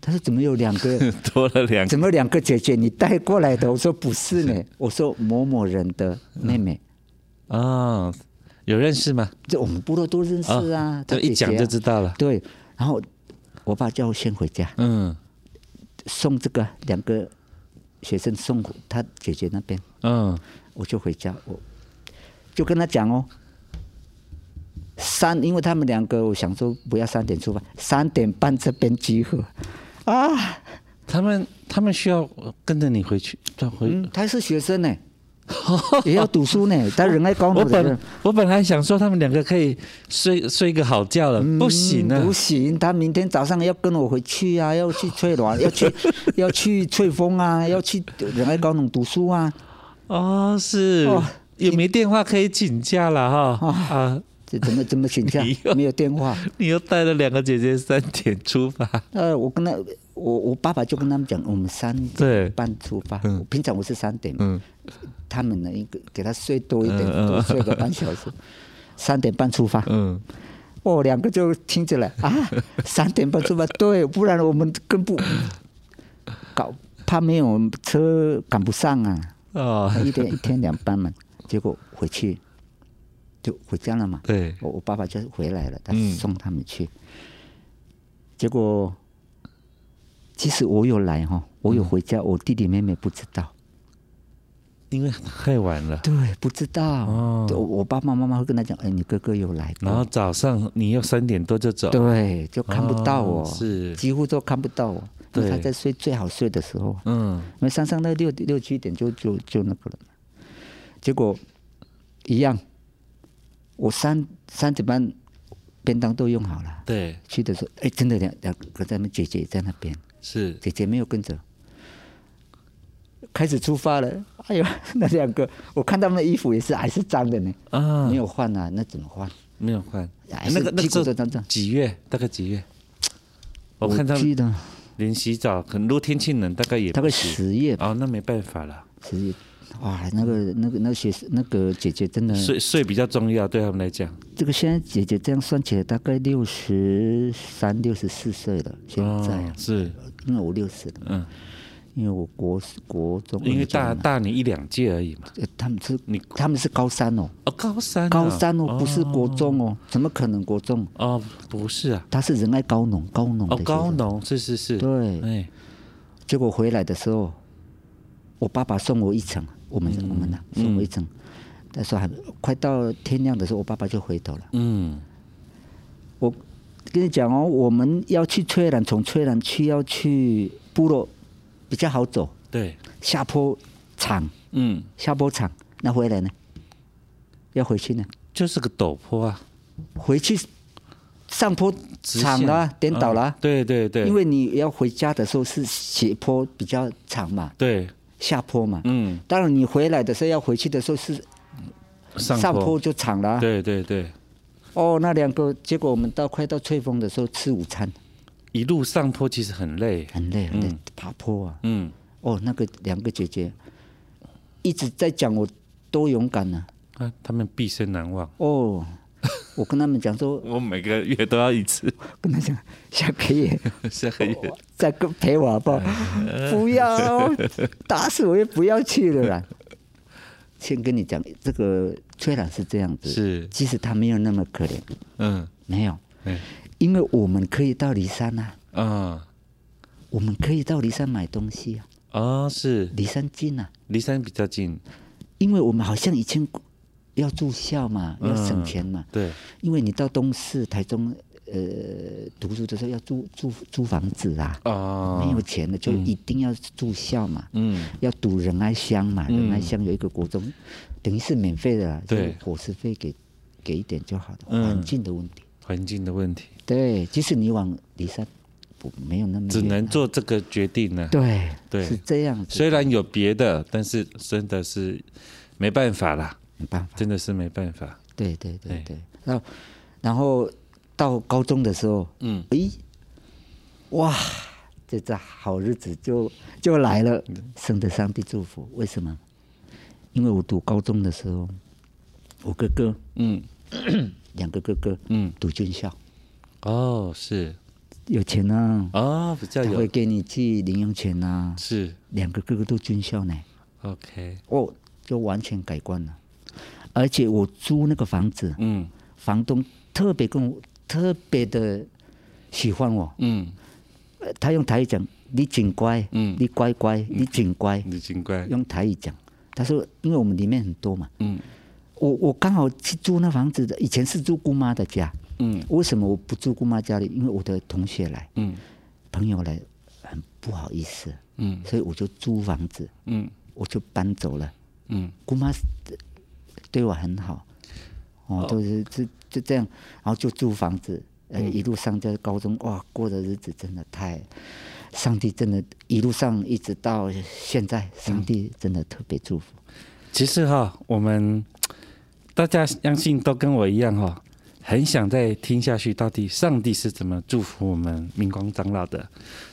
Speaker 4: 他说怎么有两个
Speaker 3: 多了两个
Speaker 4: 怎么两个姐姐你带过来的？我说不是呢，我说某某人的妹妹，
Speaker 3: 嗯啊，有认识吗？
Speaker 4: 这我们部落都认识啊，她
Speaker 3: 就一
Speaker 4: 姐姐啊
Speaker 3: 讲
Speaker 4: 啊
Speaker 3: 就知道了，
Speaker 4: 对，然后我爸叫我先回家，
Speaker 3: 嗯
Speaker 4: 送这个两个学生送他姐姐那边，
Speaker 3: 嗯
Speaker 4: 我就回家，我就跟他讲哦，三，因为他们两个，我想说不要三点出发，三点半这边集合啊，
Speaker 3: 他们他们需要跟着你回去，转回。
Speaker 4: 嗯，他是学生呢，也要读书呢，他人爱高
Speaker 3: 我
Speaker 4: 呢，
Speaker 3: 本我本来想说他们两个可以睡睡个好觉了，
Speaker 4: 嗯
Speaker 3: 不行啊
Speaker 4: 不，行，他明天早上要跟我回去 啊，要去翠峦，要去要去翠峰啊，要去仁爱高农读书啊。
Speaker 3: 哦，是
Speaker 4: 哦
Speaker 3: 也没电话可以请假了哈啊！
Speaker 4: 这怎么怎么 请假
Speaker 3: 没有？
Speaker 4: 没有电话。
Speaker 3: 你又带了两个姐姐三点出发，
Speaker 4: 呃，我跟他，我我爸爸就跟他们讲，我们三
Speaker 3: 对
Speaker 4: 点半出发。
Speaker 3: 嗯
Speaker 4: 我平常我是三点，
Speaker 3: 嗯
Speaker 4: 他们呢，一个给他睡多一点，
Speaker 3: 嗯嗯
Speaker 4: 多睡个半小时。三点 半出发，
Speaker 3: 嗯，
Speaker 4: 哦，两个就听着了 啊，三点半出发，对，不然我们更不搞，怕没有车赶不上啊，
Speaker 3: 哦，
Speaker 4: 一天一天两 班嘛。结果回去就回家了嘛，
Speaker 3: 对，
Speaker 4: 我我爸爸就回来了，他
Speaker 3: 嗯
Speaker 4: 送他们去。结果，其实我有来哈，我有回
Speaker 3: 嗯
Speaker 4: 家，我弟弟妹妹不知道，
Speaker 3: 因为太晚了，
Speaker 4: 对，不知道。
Speaker 3: 哦
Speaker 4: 我我爸爸妈妈会跟他讲，哎，你哥哥有来过
Speaker 3: 然后早上你又三点多就走，
Speaker 4: 对，就看不到我，
Speaker 3: 哦是
Speaker 4: 几乎都看不到我。因
Speaker 3: 对
Speaker 4: 为他在睡最好睡的时候，
Speaker 3: 嗯
Speaker 4: 因为山上那六六七点就就就那个了。结果一样，我三三点半便当都用好了。
Speaker 3: 对，
Speaker 4: 去的时候，哎，真的两两个咱们姐姐也在那边，
Speaker 3: 是，
Speaker 4: 姐姐没有跟着，开始出发了。哎呦， 那两个，我看他们的衣服也是还是脏的呢，
Speaker 3: 啊
Speaker 4: 没有换啊，那怎么换？
Speaker 3: 没有换，
Speaker 4: 还是
Speaker 3: 那个那个
Speaker 4: 屁股
Speaker 3: 时候
Speaker 4: 的当中
Speaker 3: 几月？大概几月？我看他
Speaker 4: 记得
Speaker 3: 连洗澡，可能如果天气冷，大概也
Speaker 4: 大概
Speaker 3: 不洗
Speaker 4: 十月吧，
Speaker 3: 哦，那没办法了，
Speaker 4: 十月，哇，那个那个那个学生那个姐姐真的，
Speaker 3: 睡睡比较重要，对他们来讲，
Speaker 4: 这个现在姐姐这样算起来大概六十三、六十四岁了，现在
Speaker 3: 哦，
Speaker 4: 啊
Speaker 3: 是，
Speaker 4: 因为我六十了嘛，
Speaker 3: 嗯，
Speaker 4: 因为我国国中
Speaker 3: 因为大
Speaker 4: 二中嘛
Speaker 3: 大你一两届而已嘛，
Speaker 4: 呃他们是
Speaker 3: 你
Speaker 4: 他们是高三哦。
Speaker 3: 哦，高三啊，
Speaker 4: 高三哦，不是国中哦，怎么可能国中？
Speaker 3: 哦，不是啊，
Speaker 4: 他是仁爱高农，高农的
Speaker 3: 哦，
Speaker 4: 学生
Speaker 3: 高。农是是是，
Speaker 4: 对
Speaker 3: 哎，
Speaker 4: 结果回来的时候，我爸爸送我一程，我们、
Speaker 3: 嗯
Speaker 4: 我们呢、啊送我一程。他说还快到天亮的时候，我爸爸就回头了。
Speaker 3: 嗯，
Speaker 4: 我跟你讲哦，我们要去翠兰，从翠兰去要去部落比较好走，
Speaker 3: 对，
Speaker 4: 下坡场，
Speaker 3: 嗯，
Speaker 4: 下坡场。那回来呢？要回去呢？
Speaker 3: 就是个陡坡啊，
Speaker 4: 回去上坡
Speaker 3: 直
Speaker 4: 场了啊
Speaker 3: 线，
Speaker 4: 颠倒了啊。
Speaker 3: 嗯对对对，
Speaker 4: 因为你要回家的时候是斜坡比较长嘛，
Speaker 3: 对，
Speaker 4: 下坡嘛。
Speaker 3: 嗯，
Speaker 4: 当然你回来的时候要回去的时候是
Speaker 3: 上
Speaker 4: 上坡就长了啊、
Speaker 3: 对对对，
Speaker 4: 哦，那两个结果我们到快到翠峰的时候吃午餐，
Speaker 3: 一路上坡其实很累，
Speaker 4: 很累很累，爬坡啊。
Speaker 3: 嗯，
Speaker 4: 哦，那个两个姐姐一直在讲我多勇敢呢、
Speaker 3: 啊，他们毕生难忘。
Speaker 4: 哦， 我跟他们讲说，
Speaker 3: 我每个月都要一次，
Speaker 4: 跟他讲下个月
Speaker 3: 下个月
Speaker 4: 再跟陪我好不好？不要哦，打死我也不要去了啦。先跟你讲，这个虽然是这样子，
Speaker 3: 是
Speaker 4: 其实他没有那么可怜，
Speaker 3: 嗯
Speaker 4: 没有，
Speaker 3: 嗯
Speaker 4: 因为我们可以到骊山啊，
Speaker 3: 啊
Speaker 4: 我们可以到骊山买东西啊，
Speaker 3: 啊，是
Speaker 4: 骊山近啊，
Speaker 3: 离山比较近，
Speaker 4: 因为我们好像以前要住校嘛，要省钱嘛，
Speaker 3: 嗯对，
Speaker 4: 因为你到东市、台中呃读书的时候要租租租房子啊，
Speaker 3: 啊，
Speaker 4: 没有钱的就一定要住校嘛，
Speaker 3: 嗯，
Speaker 4: 要读仁爱乡嘛，仁爱乡有一个国中，等于是免费的啦，
Speaker 3: 对
Speaker 4: 就伙食费给给一点就好了，
Speaker 3: 嗯
Speaker 4: 环境的问题。
Speaker 3: 环境的问题，
Speaker 4: 对，即使你往离山不没有那么
Speaker 3: 只
Speaker 4: 远
Speaker 3: 能
Speaker 4: 啊
Speaker 3: 做这个决定呢。
Speaker 4: 对
Speaker 3: 对
Speaker 4: 是这样子，
Speaker 3: 虽然有别的，但是真的是没办法啦，
Speaker 4: 没办法。
Speaker 3: 真的是没办法。
Speaker 4: 对对对
Speaker 3: 对
Speaker 4: 对，然后然后到高中的时候，
Speaker 3: 嗯，
Speaker 4: 诶，哇，这这好日子就就来了，生的上帝祝福。为什么？因为我读高中的时候，我哥哥
Speaker 3: 嗯，
Speaker 4: 两个哥哥，
Speaker 3: 嗯，
Speaker 4: 读军校，
Speaker 3: 哦，是
Speaker 4: 有钱啊，
Speaker 3: 哦，比较
Speaker 4: 他会
Speaker 3: 有
Speaker 4: 给你寄零用钱啊。
Speaker 3: 是
Speaker 4: 两个哥哥都军校呢，
Speaker 3: OK，
Speaker 4: 哦，就完全改观了。而且我租那个房子，
Speaker 3: 嗯
Speaker 4: 房东特别跟我特别的喜欢我，
Speaker 3: 嗯，
Speaker 4: 呃他用台语讲：“你真乖，
Speaker 3: 嗯
Speaker 4: 你乖乖，你真乖。
Speaker 3: 你尽管，
Speaker 4: 用台语讲，他说：“因为我们里面很多嘛，
Speaker 3: 嗯
Speaker 4: 我我刚好去租那房子的，以前是住姑妈的家，
Speaker 3: 嗯
Speaker 4: 为什么我不住姑妈家里？因为我的同学来，
Speaker 3: 嗯
Speaker 4: 朋友来，很不好意思，
Speaker 3: 嗯
Speaker 4: 所以我就租房子，
Speaker 3: 嗯
Speaker 4: 我就搬走了。
Speaker 3: 嗯，
Speaker 4: 姑妈是对我很好，哦，都是就就这样，然后就租房子，呃，
Speaker 3: 嗯
Speaker 4: 一路上在高中，哇，过的日子真的太，上帝真的，一路上一直到现在，上
Speaker 3: 嗯
Speaker 4: 帝真的特别祝福。
Speaker 3: 其实哈，我们大家相信都跟我一样哈，很想再听下去，到底上帝是怎么祝福我们明光长老的？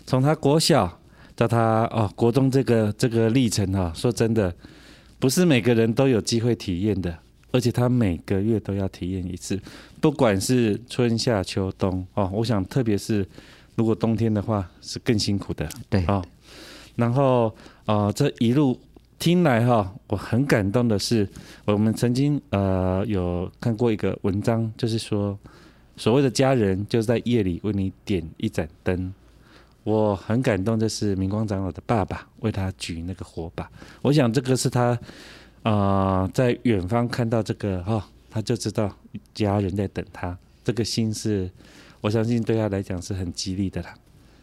Speaker 3: 从他国小到他哦国中这个这个历程哈，说真的，不是每个人都有机会体验的，而且他每个月都要体验一次，不管是春夏秋冬哦，我想特别是如果冬天的话是更辛苦的，
Speaker 4: 对
Speaker 3: 哦，然后呃这一路听来哈、我很感动的是，我们曾经呃有看过一个文章，就是说所谓的家人就在夜里为你点一盏灯。我很感动，这是明光长老的爸爸为他举那个火把。我想这个是他啊、呃在远方看到这个哈、他就知道家人在等他，这个心是我相信对他来讲是很激励的啦。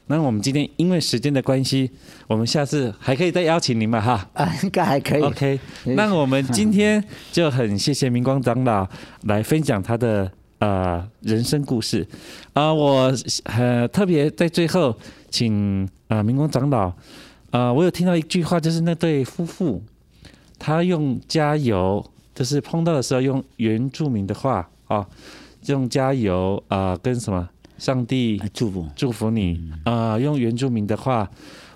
Speaker 3: 那我们今天因为时间的关系，我们下次还可以再邀请您嘛哈。
Speaker 4: 啊，应该还可以。
Speaker 3: OK，
Speaker 4: 以
Speaker 3: 那我们今天就很谢谢明光长老来分享他的呃人生故事啊、呃我呃特别在最后请啊、呃明光长老啊、呃我有听到一句话，就是那对夫妇他用加油，就是碰到的时候用原住民的话啊、用加油啊、呃跟什么上帝
Speaker 4: 啊祝福，
Speaker 3: 祝福你
Speaker 4: 嗯
Speaker 3: 啊、用原住民的话，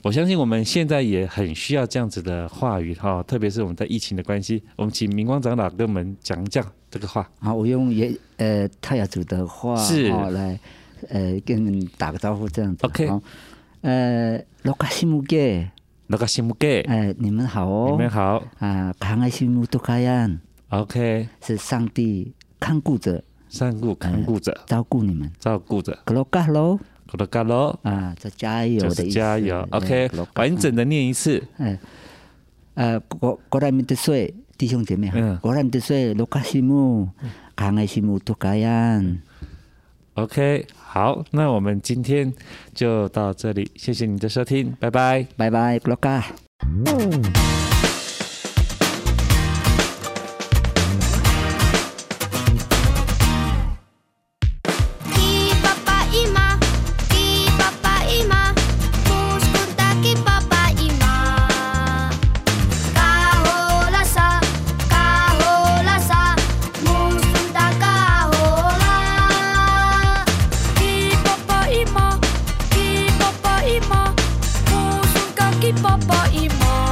Speaker 3: 我相信我们现在也很需要这样子的话语哈、特别是我们在疫情的关系，我们请明光长老跟我们讲讲这个话。
Speaker 4: 好，我用也呃泰雅族的话
Speaker 3: 是
Speaker 4: 哦、来呃跟你们打个招呼这样子。
Speaker 3: OK
Speaker 4: 好呃，罗卡西姆给，
Speaker 3: 那个西木给，
Speaker 4: 哎，你们好哦，
Speaker 3: 你们好
Speaker 4: 啊，康爱西姆多卡亚
Speaker 3: ，OK，
Speaker 4: 是上帝看顾着
Speaker 3: 善顾
Speaker 4: 哎
Speaker 3: 看顾者，
Speaker 4: 照顾你们。
Speaker 3: 照顾者，
Speaker 4: 格罗嘎喽
Speaker 3: 我的嘎喽，
Speaker 4: 啊，这加油
Speaker 3: 就
Speaker 4: 的
Speaker 3: 是
Speaker 4: 意思。哎
Speaker 3: 加油
Speaker 4: 对
Speaker 3: ，OK，完。
Speaker 4: 格罗嘎
Speaker 3: 整的念一次，
Speaker 4: 哎，呃，国国内民的水弟兄姐妹
Speaker 3: 嗯
Speaker 4: 哈，国内民的水罗卡西姆，康爱西姆多卡亚。
Speaker 3: OK，好，那我们今天就到这里，谢谢你的收听，拜拜。
Speaker 4: 拜拜，格罗嘎。
Speaker 8: Kipapaima, kipapaima, uskonta kipapaima. Kaholasa, kaholasa, uskonta kahola. Kipapaima, kipapaima, uskonta kipapaima.